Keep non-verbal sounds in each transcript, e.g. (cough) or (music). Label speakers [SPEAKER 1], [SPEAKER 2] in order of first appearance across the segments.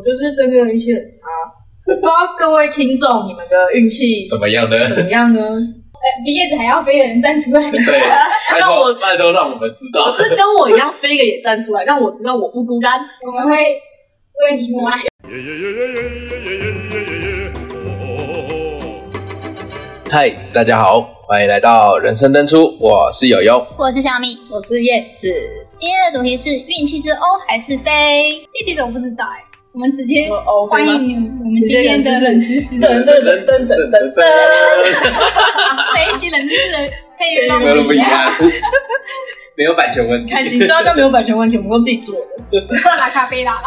[SPEAKER 1] 就是这个运气很差，不知道各位听众你们的运气
[SPEAKER 2] 怎么
[SPEAKER 1] (laughs)
[SPEAKER 2] 样呢？
[SPEAKER 1] 怎么样呢？
[SPEAKER 3] 呃，毕业还要飞的人站出来，
[SPEAKER 2] 对，拜
[SPEAKER 1] 让
[SPEAKER 2] 托
[SPEAKER 1] 我
[SPEAKER 2] 拜托让我们知道
[SPEAKER 1] 我。是跟我一样飞一个也站出来，让我知道我不孤单。
[SPEAKER 3] 我们会为你默哀。
[SPEAKER 2] 嗨，大家好，欢迎来到人生登出，我是友友。
[SPEAKER 3] 我是小米，
[SPEAKER 1] 我是叶子，
[SPEAKER 3] 今天的主题是运气是欧还是飞？第七种不知道哎、我们直接
[SPEAKER 1] 我哦，
[SPEAKER 3] 欢迎你们我们今天的冷知识，
[SPEAKER 1] 噔噔噔噔噔噔噔，
[SPEAKER 3] 每一集冷知识的配乐
[SPEAKER 2] 没有
[SPEAKER 3] 都
[SPEAKER 2] 不
[SPEAKER 3] 不
[SPEAKER 2] 一
[SPEAKER 3] 一样。
[SPEAKER 1] (laughs)
[SPEAKER 2] 样，没有版权问题。
[SPEAKER 1] 开心，知道这没有版权问题，我们都自己做的。
[SPEAKER 3] 卡卡贝拉，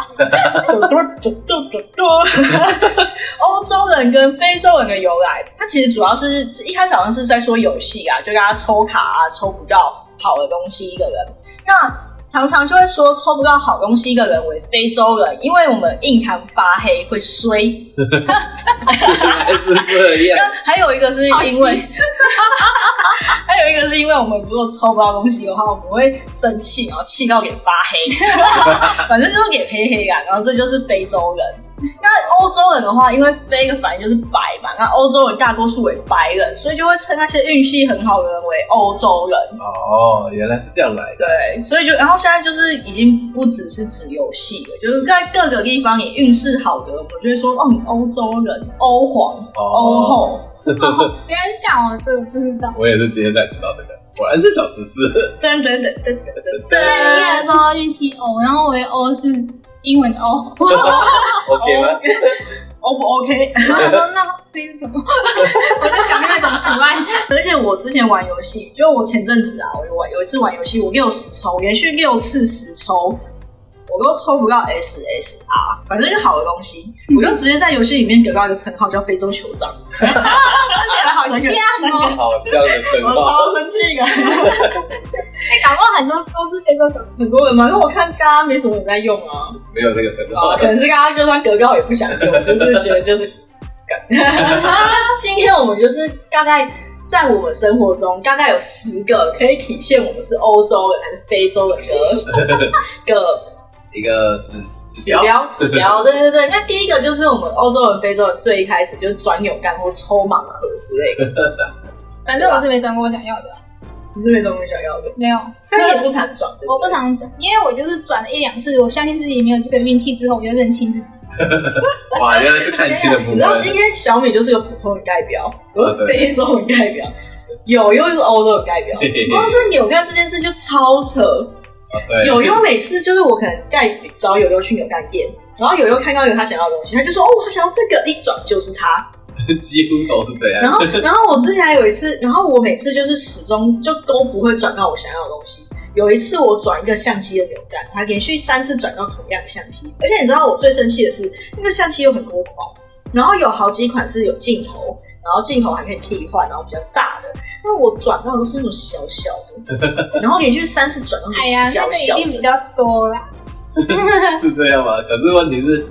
[SPEAKER 1] 欧洲人跟非洲人的由来，它其实主要是一开始好像是在说游戏啊，就大家抽卡啊，抽不到好的东西一个人。那常常就会说抽不到好东西的人为非洲人，因为我们印堂发黑会衰。
[SPEAKER 2] 原来是这
[SPEAKER 1] (laughs)
[SPEAKER 2] 样。
[SPEAKER 1] 还有一个是
[SPEAKER 3] 好
[SPEAKER 1] 因为
[SPEAKER 3] 歧，视
[SPEAKER 1] 还有一个是因为我们如果抽不到东西的话，我们会生气，然后气到给发黑，反正就是给黑黑啊。然后这就是非洲人。那欧洲人的话，因为飞个反应就是白嘛，那欧洲人大多数为白人，所以就会称那些运气很好的人为欧洲人。
[SPEAKER 2] 哦，原来是这样来的。
[SPEAKER 1] 对，所以就然后现在就是已经不只是指游戏了，就是在各个地方也运势好的，我们就会说哦，你欧洲人、欧皇、欧
[SPEAKER 2] 哦，
[SPEAKER 1] 后。
[SPEAKER 3] 哦，原来是这样哦，这个不知道。
[SPEAKER 2] 我也是今天才知道这个，果然是小知识。
[SPEAKER 1] 噔噔噔噔噔噔
[SPEAKER 3] 对，
[SPEAKER 1] 噔
[SPEAKER 3] 一。开始说运气欧，然后我的欧是英文的欧，
[SPEAKER 1] 哦
[SPEAKER 2] OK 吗？
[SPEAKER 1] O 不 OK？
[SPEAKER 3] 然后我说那飞是什么？我在想那种图案。
[SPEAKER 1] 而且我之前玩游戏，就我前阵子啊，我有玩有一次玩游戏，我六十抽，连续六次十抽，我都抽不到 SSR，反正就好的东西，我就直接在游戏里面得到一个称号叫非洲酋长，
[SPEAKER 3] 好像哦！
[SPEAKER 2] 好这样的称
[SPEAKER 1] 我
[SPEAKER 2] 号。
[SPEAKER 1] 超生气的。
[SPEAKER 3] 哎，搞不好很多都是非洲球
[SPEAKER 1] 很多人嘛，因为我看大家没什么人在用啊，
[SPEAKER 2] 没有这个称
[SPEAKER 1] 啊
[SPEAKER 2] 号
[SPEAKER 1] 可。能是大家就算得到也不想用， (laughs) 就是觉得就是 (laughs) 啊今天我们就是大概在我们生活中，大概有十个可以体现我们是欧洲人还是非洲人的个
[SPEAKER 2] 一个指指
[SPEAKER 1] 指标指标。对对对，那第一个就是我们欧洲人、非洲人最一开始就是转扭干或抽盲盒之类的，
[SPEAKER 3] 反正我是没转过我想要的，
[SPEAKER 1] 你是没什么想要的，
[SPEAKER 3] 没有。
[SPEAKER 1] 但是也不常转，对
[SPEAKER 3] 我不常转，因为我就是转了一两次，我相信自己没有这个运气之后，我就认清自己。
[SPEAKER 2] 哇，原来 (laughs) 是看清的部
[SPEAKER 1] 你知道今
[SPEAKER 2] 分。啊
[SPEAKER 1] 天小米就是个普通人代表，我是
[SPEAKER 2] 对
[SPEAKER 1] 非洲人代表，有又是欧洲人代表
[SPEAKER 2] 嘿嘿嘿。
[SPEAKER 1] 光是扭干这件事就超扯，
[SPEAKER 2] 哦对，
[SPEAKER 1] 友友每次就是我可能带找友友去扭蛋店，然后友友看到有他想要的东西，他就说哦，我想要这个，一转就是他。
[SPEAKER 2] (laughs) 几乎都是这
[SPEAKER 1] 然
[SPEAKER 2] 样。 (laughs)
[SPEAKER 1] 后，然后我之前还有一次，然后我每次就是始终就都不会转到我想要的东西。有一次我转一个相机的扭蛋，还连续三次转到同样的相机，而且你知道我最生气的是，那个相机有很多款，然后有好几款是有镜头，然后镜头还可以替换，然后比较大的。那我转到的都是那种小小
[SPEAKER 2] (laughs)
[SPEAKER 1] 的，然后连续三次转到
[SPEAKER 3] 哎呀，那
[SPEAKER 1] 小
[SPEAKER 3] 个
[SPEAKER 1] 小
[SPEAKER 3] 一
[SPEAKER 1] 的
[SPEAKER 3] 定。比较
[SPEAKER 1] (laughs)
[SPEAKER 3] 多啦。
[SPEAKER 2] (laughs) 是这样吗？可是问题是，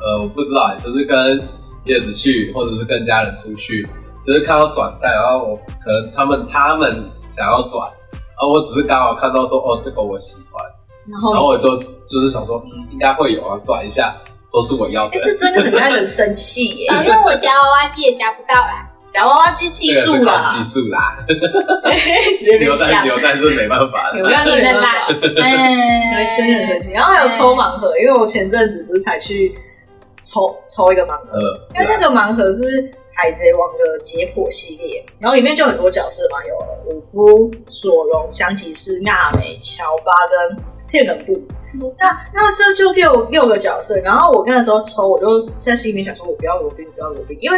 [SPEAKER 2] 呃，我不知道，就是跟叶子去，或者是跟家人出去，就是看到转蛋，然后我可能他们他们想要转，然后我只是刚好看到说，哦，这个我喜欢，
[SPEAKER 1] 然后
[SPEAKER 2] 然后我就就是想说，嗯，应该会有啊，转一下，都是我要的
[SPEAKER 1] 欸、。这真的很让人生气耶！
[SPEAKER 3] (laughs) 反正我夹娃娃机也夹不到 (laughs) 啦。
[SPEAKER 1] 夹娃娃机技
[SPEAKER 2] 啊这个
[SPEAKER 1] 术啊
[SPEAKER 2] 是靠
[SPEAKER 1] 啦，
[SPEAKER 2] 技术啦，
[SPEAKER 1] (laughs) 直接被
[SPEAKER 2] 扭
[SPEAKER 1] 吓
[SPEAKER 2] 蛋，扭蛋是没办法的。
[SPEAKER 1] (laughs) 有让
[SPEAKER 3] 的
[SPEAKER 1] 人
[SPEAKER 3] 啦， (laughs)
[SPEAKER 1] 哎真的
[SPEAKER 3] 嗯，
[SPEAKER 1] 很生气。然后还有抽盲盒，因为我前阵子不是才去抽抽一个盲盒，
[SPEAKER 2] (laughs) 呃，是
[SPEAKER 1] 但那
[SPEAKER 2] 啊，
[SPEAKER 1] 个盲盒是海贼王的解剖系列，然后里面就有很多角色嘛，有鲁夫、索隆、香吉士、娜美、乔巴跟骗人布。那那这就六六个角色，然后我那时候抽，我就在心里想说，我不要罗宾，我不要罗宾，因为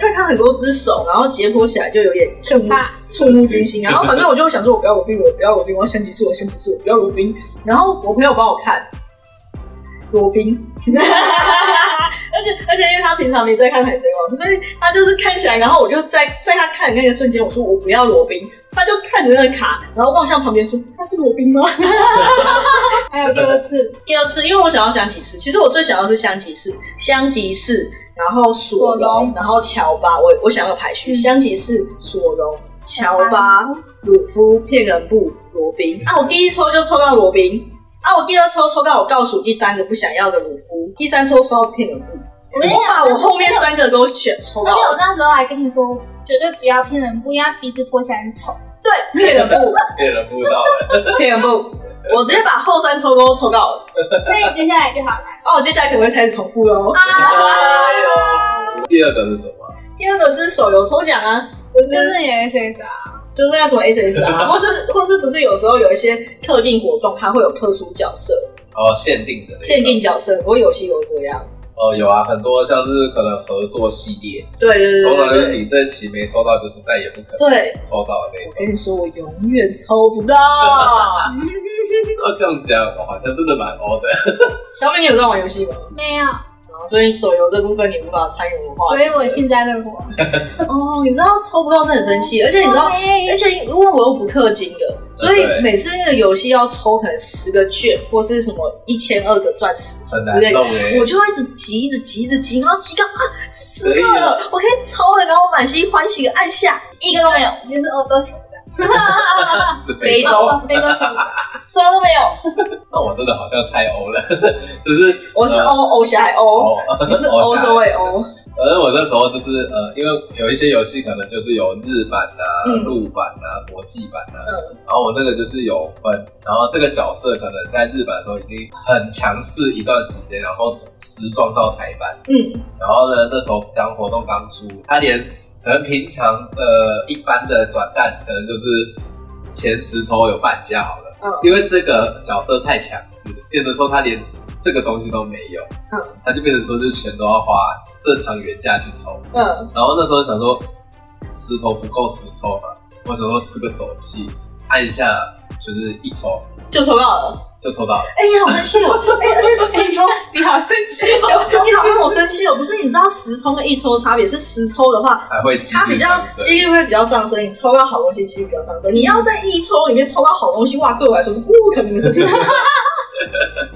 [SPEAKER 1] 因为他很多只手，然后解剖起来就有点触
[SPEAKER 3] 可
[SPEAKER 1] 目
[SPEAKER 3] 怕。
[SPEAKER 1] 触目惊心。然后反正我就想说，我不要罗宾，我不要罗宾，我要升级是我升级是我不要罗宾。然后我朋友帮我看罗宾，而且而且因为他平常没在看海贼王，所以他就是看起来，然后我就在在他看的那个瞬间，我说我不要罗宾，他就看着那个卡，然后望向旁边说他是罗宾吗？
[SPEAKER 3] 还有第二
[SPEAKER 1] (laughs)
[SPEAKER 3] 次，
[SPEAKER 1] 第二次，因为我想要香吉士，其实我最想要的是香吉士，香吉士，然后索
[SPEAKER 3] 索
[SPEAKER 1] 隆
[SPEAKER 3] 隆，
[SPEAKER 1] 然后乔巴，我我想要排序，香吉士、索隆、乔巴
[SPEAKER 3] 乔巴、
[SPEAKER 1] 鲁夫、骗人布、罗宾。啊，我第一抽就抽到罗宾，啊，我第二抽抽到我倒数第三个不想要的鲁夫，第三抽抽到骗人布，
[SPEAKER 3] 我跟你
[SPEAKER 1] 我
[SPEAKER 3] 讲，
[SPEAKER 1] 把我后面三个都选抽
[SPEAKER 3] 而
[SPEAKER 1] 到
[SPEAKER 3] 且我
[SPEAKER 1] 了，
[SPEAKER 3] 那时候还跟你说，绝对不要骗人不，因为他鼻子拖起来很 (laughs) 丑。
[SPEAKER 1] 对，骗人布，
[SPEAKER 2] 骗人不到了， (laughs)
[SPEAKER 1] 骗人布，我直接把后三抽都抽到了。
[SPEAKER 3] 所以接下来就好了。
[SPEAKER 1] 哦，我接下来可能会开始重复喽。
[SPEAKER 3] 啊
[SPEAKER 2] 哎呦，第二个是什么？
[SPEAKER 1] 第二个是手游抽奖啊， (laughs) 就是
[SPEAKER 3] 就是你的 SS 啊，
[SPEAKER 1] 就是那什么 SS
[SPEAKER 2] (laughs)
[SPEAKER 1] 啊，或是或是不是有时候有一些特定活动，它会有特殊角色、
[SPEAKER 2] 哦，限定的那种
[SPEAKER 1] 限定角色，不过游戏都这样。
[SPEAKER 2] 哦，有啊，很多像是可能合作系列，
[SPEAKER 1] 对对
[SPEAKER 2] 通
[SPEAKER 1] 对
[SPEAKER 2] 常就
[SPEAKER 1] 对
[SPEAKER 2] 是
[SPEAKER 1] 对。
[SPEAKER 2] 你这期没抽到，就是再也不可能
[SPEAKER 1] 对，
[SPEAKER 2] 抽到的那
[SPEAKER 1] 我
[SPEAKER 2] 种。
[SPEAKER 1] 跟你说，我永远抽不
[SPEAKER 2] (laughs)
[SPEAKER 1] 到。
[SPEAKER 2] 要这样讲，我好像真的蛮欧的。
[SPEAKER 1] 小美，你有在玩游戏吗？
[SPEAKER 3] 没有，
[SPEAKER 1] 啊所以手游这部分你无法参与文化。
[SPEAKER 3] 所以我幸灾乐祸。
[SPEAKER 1] 哦，你知道抽不到真的很生气，而且你知道，
[SPEAKER 3] 哎
[SPEAKER 1] 而且因为我又不氪金的，所以
[SPEAKER 2] 对
[SPEAKER 1] 每次那个游戏要抽可能十个券或是什么一千二个钻石什
[SPEAKER 2] 很
[SPEAKER 1] 么之
[SPEAKER 2] 难
[SPEAKER 1] 类的
[SPEAKER 2] 弄，哎、
[SPEAKER 1] 我就会一直急，一直急，一直急，然后急到啊十
[SPEAKER 2] 可以
[SPEAKER 3] 哎
[SPEAKER 1] 个
[SPEAKER 2] 了
[SPEAKER 1] 了，我可以抽了，然后我满心欢喜的按下，一个都没有，
[SPEAKER 3] 你就是欧洲酋长，
[SPEAKER 2] 是非洲
[SPEAKER 1] 非洲，
[SPEAKER 3] (laughs) 非洲酋长，
[SPEAKER 1] 什么都没有，
[SPEAKER 2] 那我真的好像太欧了， (laughs) 就是呃
[SPEAKER 1] 我
[SPEAKER 3] 嗯
[SPEAKER 1] 是欧欧下海欧，
[SPEAKER 3] 哦
[SPEAKER 1] (laughs)
[SPEAKER 2] 欧，
[SPEAKER 1] 你是欧洲
[SPEAKER 2] 哎。
[SPEAKER 1] 哎欧，
[SPEAKER 2] 反正我那时候就是呃，因为有一些游戏可能就是有日版啊、
[SPEAKER 1] 嗯
[SPEAKER 2] 陆版啊、国际版啊，然后我那个就是有分，然后这个角色可能在日版的时候已经很强势一段时间，然后时装到台版，
[SPEAKER 1] 嗯，
[SPEAKER 2] 然后呢，那时候当活动刚出，他连可能平常呃一般的转蛋，可能就是前十抽有半价好了，
[SPEAKER 1] 嗯
[SPEAKER 2] 因为这个角色太强势，变成说他连这个东西都没有，
[SPEAKER 1] 嗯，
[SPEAKER 2] 他就变成说就是全都要花正常原价去抽，
[SPEAKER 1] 嗯，
[SPEAKER 2] 然后那时候想说石头不够十抽嘛，我想说十个手气按一下就是一抽
[SPEAKER 1] 就抽到了，
[SPEAKER 2] 就抽到了，
[SPEAKER 1] 哎，你好生气哦，哎，而且十抽，
[SPEAKER 3] (laughs) 你好生气
[SPEAKER 1] 你好让我生气哦，不是，你知道十抽跟一抽差别是十抽的话。
[SPEAKER 2] 还会几
[SPEAKER 1] 它
[SPEAKER 2] 率
[SPEAKER 1] 比较
[SPEAKER 2] 上升。
[SPEAKER 1] 几率会比较上升，你抽到好东西几率比较上升。你要在一抽里面抽到好东西，哇，对我来说是 (laughs) 不可能的事情，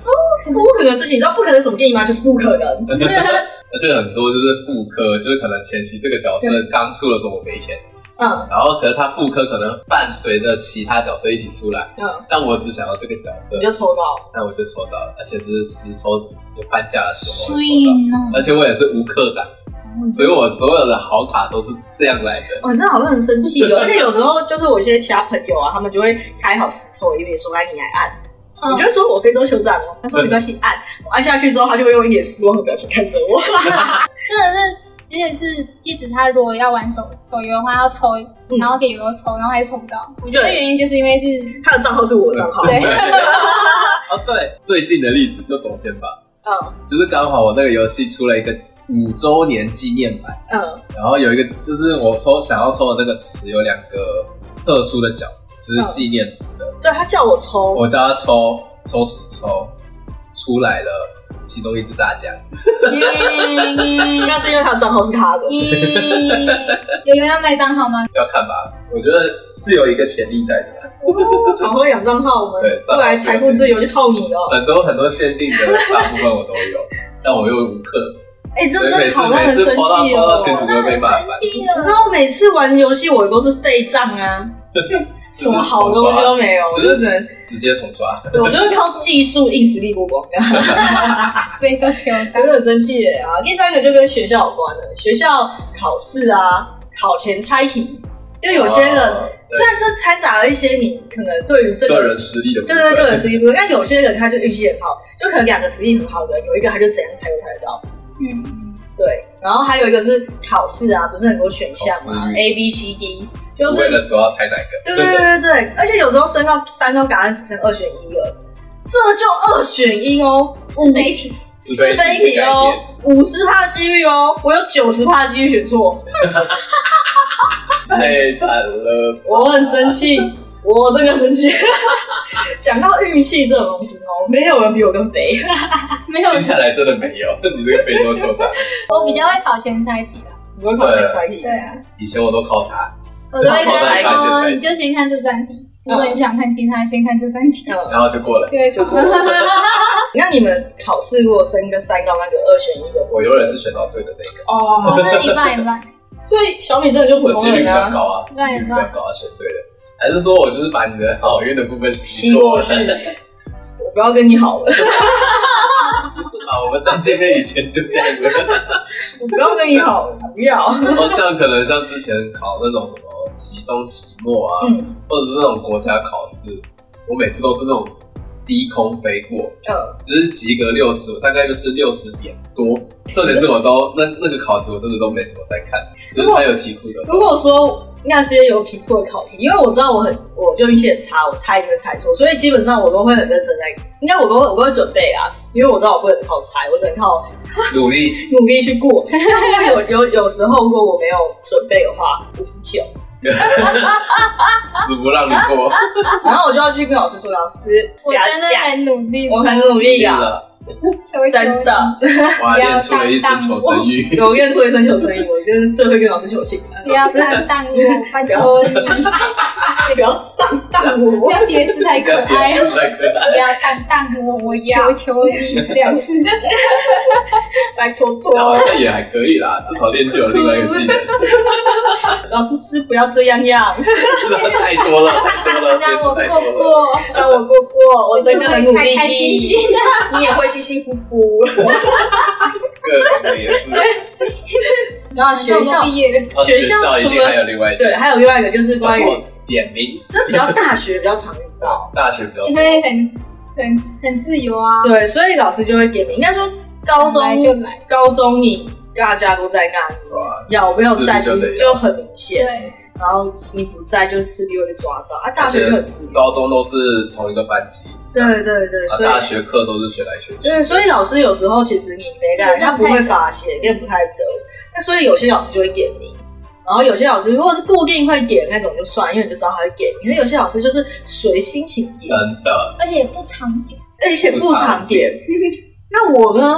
[SPEAKER 1] 不不可能的事情。你知道不可能什么电影吗？就是不可能。
[SPEAKER 3] 哦！
[SPEAKER 2] 而且很多就是副科，就是可能前期这个角色刚出的时候我没钱，
[SPEAKER 1] 嗯
[SPEAKER 2] 然后可是他副科可能伴随着其他角色一起出来，
[SPEAKER 1] 嗯，
[SPEAKER 2] 但我只想要这个角色
[SPEAKER 1] 你，就抽到了，
[SPEAKER 2] 那我就抽到了，而且是实抽有半价的时候我
[SPEAKER 3] 所
[SPEAKER 2] 就
[SPEAKER 3] 以
[SPEAKER 2] 抽到，
[SPEAKER 3] 呢，
[SPEAKER 2] 而且我也是无氪党，所以我所有的好卡都是这样来
[SPEAKER 3] 啊
[SPEAKER 2] 的。
[SPEAKER 1] 哦，你真的好像很生气 (laughs) 哦。而且有时候就是我一些其他朋友啊，他们就会开好十抽，因为说哎你来按，
[SPEAKER 3] 嗯
[SPEAKER 1] 我就会说我非洲酋长哦，他说没关系按，我按下去之后他就会用一脸失望的表情看着 (laughs) 我，
[SPEAKER 3] 真的是，而且是一直他如果要玩手手游的话，要抽，然后给游游抽，然后还抽不到。我觉得原因就是因为是，
[SPEAKER 1] 他的账号是我的账号，
[SPEAKER 3] 对，
[SPEAKER 2] 哦，对，最近的例子就昨天吧，
[SPEAKER 1] 嗯
[SPEAKER 2] 就是刚好我那个游戏出了一个五周年纪念版。
[SPEAKER 1] 嗯
[SPEAKER 2] 然后有一个就是我抽想要抽的那个词有两个特殊的角，就是纪念的。
[SPEAKER 1] 对他叫我抽，
[SPEAKER 2] 我叫他抽抽十抽，出来了其中一只大奖，
[SPEAKER 1] 应该是因为他的账号是他的，
[SPEAKER 3] 有人要卖账号吗？
[SPEAKER 2] 要看吧。我觉得是有一个潜力在的啦，
[SPEAKER 1] 好会养账号，我们
[SPEAKER 2] 对
[SPEAKER 1] 未来财富自由就靠你哦。
[SPEAKER 2] 很多很多限定的大部分我都有， (laughs) 但我又无氪，
[SPEAKER 1] 哎，真
[SPEAKER 2] 所以
[SPEAKER 1] 的真
[SPEAKER 2] 每
[SPEAKER 1] 的
[SPEAKER 2] 次
[SPEAKER 1] 好让
[SPEAKER 2] 每
[SPEAKER 1] 人
[SPEAKER 2] 次
[SPEAKER 1] 生
[SPEAKER 2] 抛到
[SPEAKER 1] 气
[SPEAKER 2] 抛到群主
[SPEAKER 1] 哦。
[SPEAKER 2] 就会被骂翻，
[SPEAKER 1] 你知道我每次玩游戏，我都是废账
[SPEAKER 2] (laughs)
[SPEAKER 1] 啊，什么好东西都没有，我
[SPEAKER 2] 只
[SPEAKER 1] 就只能
[SPEAKER 2] 是直接重刷。
[SPEAKER 1] 对，我就是靠技术硬实力过 (laughs) 关的，
[SPEAKER 3] 非洲酋长
[SPEAKER 1] 真的很生气耶啊！第三个就跟学校有关了，学校考试啊，考前猜题，因为有些人、
[SPEAKER 2] 哦对
[SPEAKER 1] 虽然这掺杂了一些你可能对于这
[SPEAKER 2] 个
[SPEAKER 1] 个。
[SPEAKER 2] 人实力的部
[SPEAKER 1] 对
[SPEAKER 2] 分，
[SPEAKER 1] 对，个人实力不足，但有些人他就运气很好，就可能两个实力很好的，有一个他就怎样猜都猜得到。
[SPEAKER 3] 嗯，
[SPEAKER 1] 对，然后还有一个是考试啊，不是很多选项
[SPEAKER 2] 考
[SPEAKER 1] 吗
[SPEAKER 2] 试
[SPEAKER 1] ？A、B、C、D，就是
[SPEAKER 2] 为的时候要猜哪
[SPEAKER 1] 对
[SPEAKER 2] 个？
[SPEAKER 1] 对对对对，而且有时候升到三高答案只剩二选一了，这就二选一哦，
[SPEAKER 3] 是媒体，
[SPEAKER 1] 是非题哦，五十趴的几率哦，我有九十趴的几率选错，
[SPEAKER 2] (laughs) 太惨了！
[SPEAKER 1] 我很生气，我真的生气。 (laughs) 讲到运气这种东西哦，没有人比我更肥。
[SPEAKER 3] 没有
[SPEAKER 2] 接下来真的没有， (laughs) 你这个非洲酋长，
[SPEAKER 3] 我比较会考前猜题啦。
[SPEAKER 1] 你会考前猜题
[SPEAKER 3] 对？啊，
[SPEAKER 2] 以前我都靠他，
[SPEAKER 3] 我都会跟他说，你就先看这三题。如果你不想看其他，先看这三题。
[SPEAKER 2] 然
[SPEAKER 1] 嗯，
[SPEAKER 2] 后就过了。
[SPEAKER 3] 就会考。
[SPEAKER 1] 那你们考试如果升个三高那个二选一的，
[SPEAKER 2] 我永远是选到对的那个，
[SPEAKER 1] 哦，
[SPEAKER 3] 我是一半一半，
[SPEAKER 1] 所以小米真的就普
[SPEAKER 2] 我几
[SPEAKER 1] 通
[SPEAKER 2] 率比
[SPEAKER 1] 人
[SPEAKER 2] 较
[SPEAKER 1] 啊，
[SPEAKER 2] 高啊，几率比较高啊，选对的。还是说我就是把你的好运的部分
[SPEAKER 1] 吸
[SPEAKER 2] 吸
[SPEAKER 1] 过
[SPEAKER 2] 过
[SPEAKER 1] 去
[SPEAKER 2] 了？。
[SPEAKER 1] 我不要跟你好了，
[SPEAKER 2] 不是吧？啊我们在见面以前就这样了。
[SPEAKER 1] (laughs) 我不要跟你好了，不要。
[SPEAKER 2] 然后像可能像之前考那种什么期中、期末啊，
[SPEAKER 1] 嗯
[SPEAKER 2] 或者是那种国家考试，我每次都是那种低空飞过，
[SPEAKER 1] 呃，
[SPEAKER 2] 就是及格六十，大概就是六十点多。重点是我都那那个考题我真的都没什么在看，就是它有题库的。
[SPEAKER 1] 如果说那些有题库的考题，因为我知道我很我就运气很差，我猜一定会猜错，所以基本上我都会很认真在，应该我都会我都会准备啦，因为我知道我不能靠猜，我只能靠
[SPEAKER 2] 努力，
[SPEAKER 1] 努力去过。 (laughs) 但有有有时候，如果我没有准备的话，五十九，
[SPEAKER 2] 死不让你过。
[SPEAKER 1] (laughs) 然后我就要去跟老师说，老师，
[SPEAKER 3] 我
[SPEAKER 1] 给他
[SPEAKER 3] 真的
[SPEAKER 1] 讲
[SPEAKER 3] 很努力，
[SPEAKER 1] 我很努力啊，
[SPEAKER 3] 求求
[SPEAKER 1] 真
[SPEAKER 3] 你
[SPEAKER 1] 的，
[SPEAKER 3] (laughs)
[SPEAKER 2] 哇，练出了一身求生欲。
[SPEAKER 1] 我跟你说一声求生意，我就是最会跟老师求情的，
[SPEAKER 3] 不要担当我，拜托你，
[SPEAKER 1] 不要当当
[SPEAKER 3] 不
[SPEAKER 1] 我。
[SPEAKER 3] 要叠字才可爱，
[SPEAKER 2] 是在可爱。
[SPEAKER 3] 不要担当我，我求求你两次。
[SPEAKER 1] 拜托托
[SPEAKER 2] 但好像也还可以啦，至少练就了另外一个技能。
[SPEAKER 1] 老师是不要这样样，
[SPEAKER 2] 太多了，太多了，
[SPEAKER 3] 让
[SPEAKER 2] 练
[SPEAKER 3] 我
[SPEAKER 2] 出太
[SPEAKER 3] 过
[SPEAKER 2] 多了。
[SPEAKER 3] 过，
[SPEAKER 1] 让我过过，我真的很努
[SPEAKER 3] 开
[SPEAKER 1] 力。
[SPEAKER 3] 开心心啊的，
[SPEAKER 1] 你也会辛辛苦
[SPEAKER 3] (laughs)
[SPEAKER 1] 苦。
[SPEAKER 2] 各种也是。
[SPEAKER 1] 然后学校
[SPEAKER 3] 毕业的，
[SPEAKER 2] 哦学校一定还有另外一
[SPEAKER 1] 对，还有另外一个就是
[SPEAKER 2] 叫
[SPEAKER 1] 关于，
[SPEAKER 2] 做点名，
[SPEAKER 1] 就是比较大学比较常遇
[SPEAKER 3] (laughs)
[SPEAKER 1] 到。
[SPEAKER 2] 大学比较
[SPEAKER 3] 因为很很很自由啊，
[SPEAKER 1] 对，所以老师就会点名。应该说高中
[SPEAKER 3] 来就来，
[SPEAKER 1] 高中你大家都在那里，
[SPEAKER 2] 多啊。
[SPEAKER 1] 有没有在其
[SPEAKER 2] 势力就得
[SPEAKER 1] 实
[SPEAKER 2] 有
[SPEAKER 1] 就很明显。
[SPEAKER 3] 对，
[SPEAKER 1] 然后你不在，就势必会被抓到啊。大
[SPEAKER 2] 而且
[SPEAKER 1] 学就很自由，
[SPEAKER 2] 高中都是同一个班级，
[SPEAKER 1] 对对对，
[SPEAKER 2] 啊，
[SPEAKER 1] 所以
[SPEAKER 2] 大学课都是学来学去。
[SPEAKER 1] 对，所以老师有时候其实你没来，
[SPEAKER 3] 也不太
[SPEAKER 1] 他不会发现，也不太得。那所以有些老师就会点名，然后有些老师如果是固定会点那种就算，因为你就知道他会点名。因为有些老师就是随心情点，
[SPEAKER 2] 真的，
[SPEAKER 3] 而且也不常点，
[SPEAKER 1] 而且不常点。那我呢，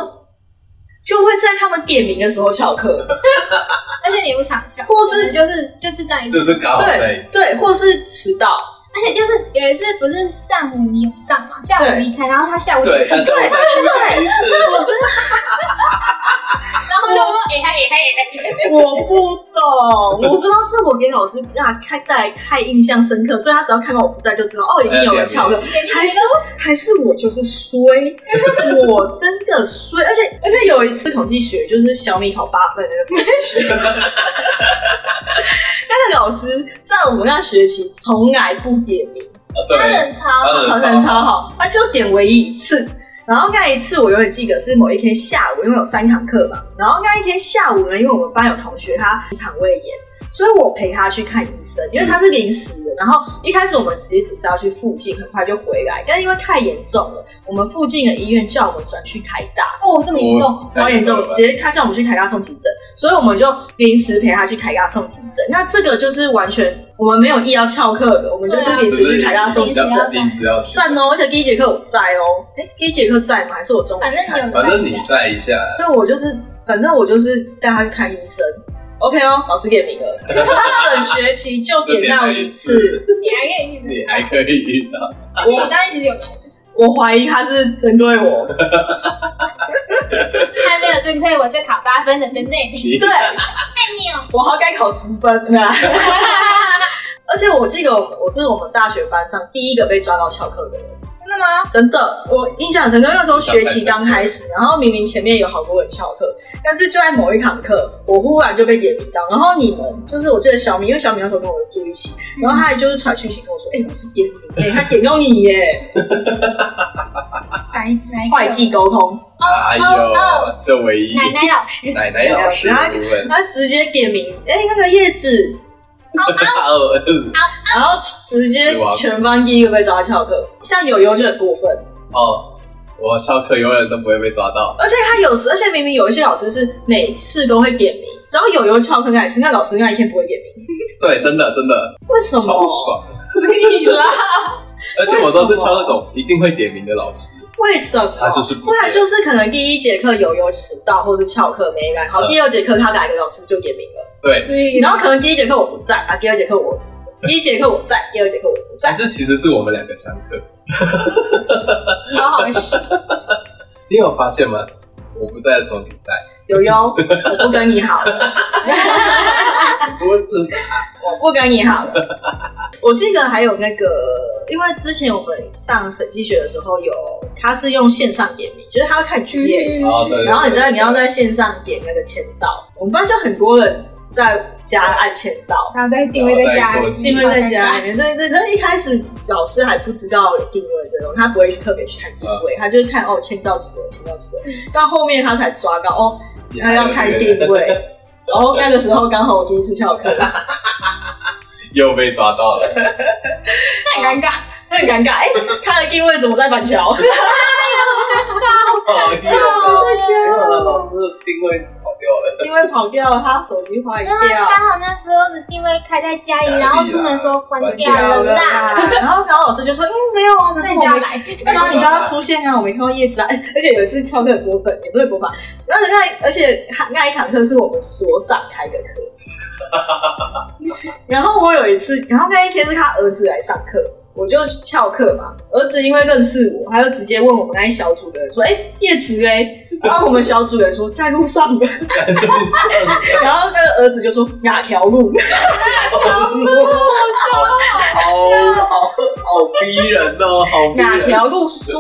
[SPEAKER 1] 就会在他们点名的时候翘课。
[SPEAKER 3] 而且你也不常笑，
[SPEAKER 1] 或是
[SPEAKER 3] 我们就是就是在一起
[SPEAKER 2] 就，是刚好
[SPEAKER 1] 对
[SPEAKER 2] 被
[SPEAKER 1] 对，或是迟到，
[SPEAKER 3] 而且就是有一次不是上午你有上嘛，下午
[SPEAKER 1] 对
[SPEAKER 3] 离开，然后他下午
[SPEAKER 2] 对，他想再去一次，
[SPEAKER 3] 然后就说哎嗨哎嗨哎嗨，
[SPEAKER 1] (laughs) 我不懂，我不知道是我给老师啊太带来太印象深刻，所以他只要看到我不在就知道哦，一定有人翘课，还是还是我就是 (laughs) 衰，我真的衰，而且而且有一次统计学就是小米考八分的那个统计学，那个老师在我们那学期从来不点名。
[SPEAKER 2] 啊
[SPEAKER 3] 他
[SPEAKER 2] 对，
[SPEAKER 3] 人超
[SPEAKER 2] 他人
[SPEAKER 1] 超人超好，他就点唯一一次。然后那一次我永远记得是某一天下午，因为有三堂课嘛。然后那一天下午呢，因为我们班有同学他直肠胃炎，所以我陪他去看医生，因为他是临时的。然后一开始我们其实只是要去附近，很快就回来，但因为太严重了，我们附近的医院叫我们转去台大。
[SPEAKER 3] 哦这么严重，
[SPEAKER 2] 我
[SPEAKER 1] 超严重，直接他叫我们去凯大送急诊，所以我们就临时陪他去凯大送急诊。那这个就是完全我们没有意要翘课的，我们就是临时去凯大送急
[SPEAKER 2] 比
[SPEAKER 1] 诊
[SPEAKER 2] 较。是临时要去，
[SPEAKER 1] 赞哦！而且第一节课我在哦，哎、第一节课在吗？还是我中午
[SPEAKER 3] 反
[SPEAKER 1] 去
[SPEAKER 3] 正
[SPEAKER 1] 看？
[SPEAKER 3] 你有
[SPEAKER 2] 反正你在一下，
[SPEAKER 1] 对，我就是，反正我就是带他去看医生。OK 哦，老师点名了，他整学期就
[SPEAKER 2] 这
[SPEAKER 1] 点
[SPEAKER 2] 点
[SPEAKER 1] 到
[SPEAKER 2] 还
[SPEAKER 1] 一
[SPEAKER 2] 一
[SPEAKER 1] 次，
[SPEAKER 2] 次，
[SPEAKER 3] 你还可以一直
[SPEAKER 2] 你还可以遇到，
[SPEAKER 3] 而且你当天其实有来，
[SPEAKER 1] 我怀疑他是针对我。
[SPEAKER 3] 他没有针对我在考八分的针对你，
[SPEAKER 2] 你
[SPEAKER 1] 对
[SPEAKER 3] 爱你哦，
[SPEAKER 1] 我好该考十
[SPEAKER 3] (laughs)
[SPEAKER 1] 分 (laughs) 啊！而且我记得我我是我们大学班上第一个被抓到翘课的人。
[SPEAKER 3] 真的吗？
[SPEAKER 1] 真的，我印象很深刻。那时候学期刚开始，然后明明前面有好多人翘课，但是就在某一堂课，我忽然就被点名到。然后你们就是我记得小明，因为小明那时候跟我住一起，
[SPEAKER 2] 嗯
[SPEAKER 1] 然后他还就是传讯息跟我说：“哎、老师点你，哎、他点到你耶！”
[SPEAKER 3] 哪一哪一个
[SPEAKER 1] 会计沟通，
[SPEAKER 2] 哎
[SPEAKER 3] 哦
[SPEAKER 2] 呦，这唯一
[SPEAKER 3] 奶奶老师，
[SPEAKER 2] 奶奶老师的部分，
[SPEAKER 1] 他直接点名：“哎、那个叶子。
[SPEAKER 2] 大二
[SPEAKER 1] 然后直接全班第一个被抓翘课，像友友就很过分，
[SPEAKER 2] 哦，我翘课永远都不会被抓到，
[SPEAKER 1] 而且他有时，而且明明有一些老师是每次都会点名，只要友友翘课那一次，那老师那一天不会点名，
[SPEAKER 2] 对，真的真的
[SPEAKER 1] 为什么？(laughs)
[SPEAKER 2] 超爽，
[SPEAKER 1] 屁啦
[SPEAKER 2] 而且我都是敲那种一定会点名的老师，
[SPEAKER 1] 为什么？
[SPEAKER 2] 他啊就是不
[SPEAKER 1] 不然就是可能第一节课有有迟到或是翘课没来，好，
[SPEAKER 2] 嗯
[SPEAKER 1] 第二节课他哪个老师就点名了，
[SPEAKER 2] 对，
[SPEAKER 1] 然后可能第一节课我不在啊，第二节课我，第一节课我在，第二节课我不在
[SPEAKER 2] (laughs) 但，是其实是我们两个上课，
[SPEAKER 3] 超好笑，
[SPEAKER 2] 你有发现吗？我不在的时候你在，
[SPEAKER 1] 悠悠，我不跟你好
[SPEAKER 2] (laughs)
[SPEAKER 1] 了，
[SPEAKER 2] 不是
[SPEAKER 1] 我不跟你好了。我记得还有那个因为之前我们上审计学的时候有，他是用线上点名，就是他会看你去夜市
[SPEAKER 3] 嗯，
[SPEAKER 2] 哦，对，对
[SPEAKER 1] 然后你
[SPEAKER 2] 对
[SPEAKER 1] 在你要在线上点那个签到，我们班就很多人在家按签到，
[SPEAKER 3] 然后再定位在家
[SPEAKER 2] 然后再过
[SPEAKER 3] 里，
[SPEAKER 2] 去
[SPEAKER 1] 定位在家里面。对对，那一开始老师还不知道有定位这种，他不会去特别去看定位，他就是看哦签到几个，签到几个，到后面他才抓到哦
[SPEAKER 2] 你
[SPEAKER 1] 要
[SPEAKER 2] 还有
[SPEAKER 1] 要看
[SPEAKER 2] 这个
[SPEAKER 1] 定位，然后那个时候刚好我第一次翘课， (laughs)
[SPEAKER 2] 又被抓到了，
[SPEAKER 3] 太尴尬，
[SPEAKER 1] 很尴尬，哎、他的定位怎么在板桥？ (laughs)
[SPEAKER 2] 好冤哦！没有了，老师定位跑掉了。
[SPEAKER 1] 因为跑掉了，他手机坏
[SPEAKER 3] (laughs) 因为
[SPEAKER 1] 掉。
[SPEAKER 3] 刚好那时候的定位开在家
[SPEAKER 2] 家
[SPEAKER 3] 里，
[SPEAKER 2] 里
[SPEAKER 3] 然后出门的时候关掉
[SPEAKER 1] 掉
[SPEAKER 3] 了
[SPEAKER 1] 了
[SPEAKER 3] 啦，
[SPEAKER 1] 啦，然后然后老师就说，嗯，没有啊，可
[SPEAKER 3] 那
[SPEAKER 1] 是
[SPEAKER 3] 你
[SPEAKER 1] 我
[SPEAKER 3] 就要
[SPEAKER 1] 没
[SPEAKER 3] 来，
[SPEAKER 1] 然后你就要出现啊！我没看到叶子啊，哎 (laughs) 而且有一次翘课很过分，也不是过分，然后那而且那一堂课是我们所长开的课， (laughs) 然后我有一次，然后那一天是他儿子来上课，我就翘课嘛。儿子因为认识我，他就直接问我们那一小组的人说：“哎、叶子嘞？”然后我们小组人说在路上的， (laughs) 然后那个儿子就说哪条路？
[SPEAKER 2] 好好好好逼人哦，好逼
[SPEAKER 1] 哪
[SPEAKER 2] 人！
[SPEAKER 1] 条路刷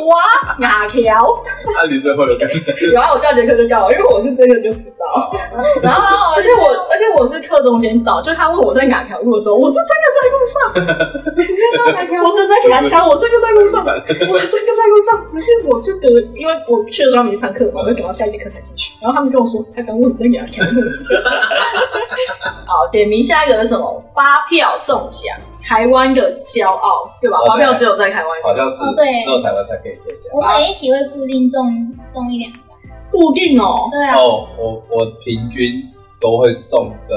[SPEAKER 1] 哪条？
[SPEAKER 2] 啊，你最后有感觉？
[SPEAKER 1] (laughs) 然后我下节课就要，因为我是真的就迟到。
[SPEAKER 2] 哦
[SPEAKER 1] (laughs) 然后，而且我，而且我是课中间到，就他问我在哪条路的时候，我是真的在路
[SPEAKER 2] (laughs)
[SPEAKER 1] 上，我真的给他敲，我真的在路上，我真的在路上。只是我就隔，因为我去的时候他们已经上课嘛，我就等到下一节课才进去。然后他们跟我说，他刚问你在哪条路。
[SPEAKER 2] (laughs)
[SPEAKER 1] 好，点名下一个是什么？发票中奖，台湾的骄傲，对吧？
[SPEAKER 2] 哦对
[SPEAKER 1] 发票只有在台湾有
[SPEAKER 2] 好像是
[SPEAKER 3] 哦对
[SPEAKER 2] 只有台湾才可以兑奖。
[SPEAKER 3] 我每一期会固定中中一两个，
[SPEAKER 1] 固定哦，
[SPEAKER 3] 对啊，
[SPEAKER 2] 哦，我我平均都会中个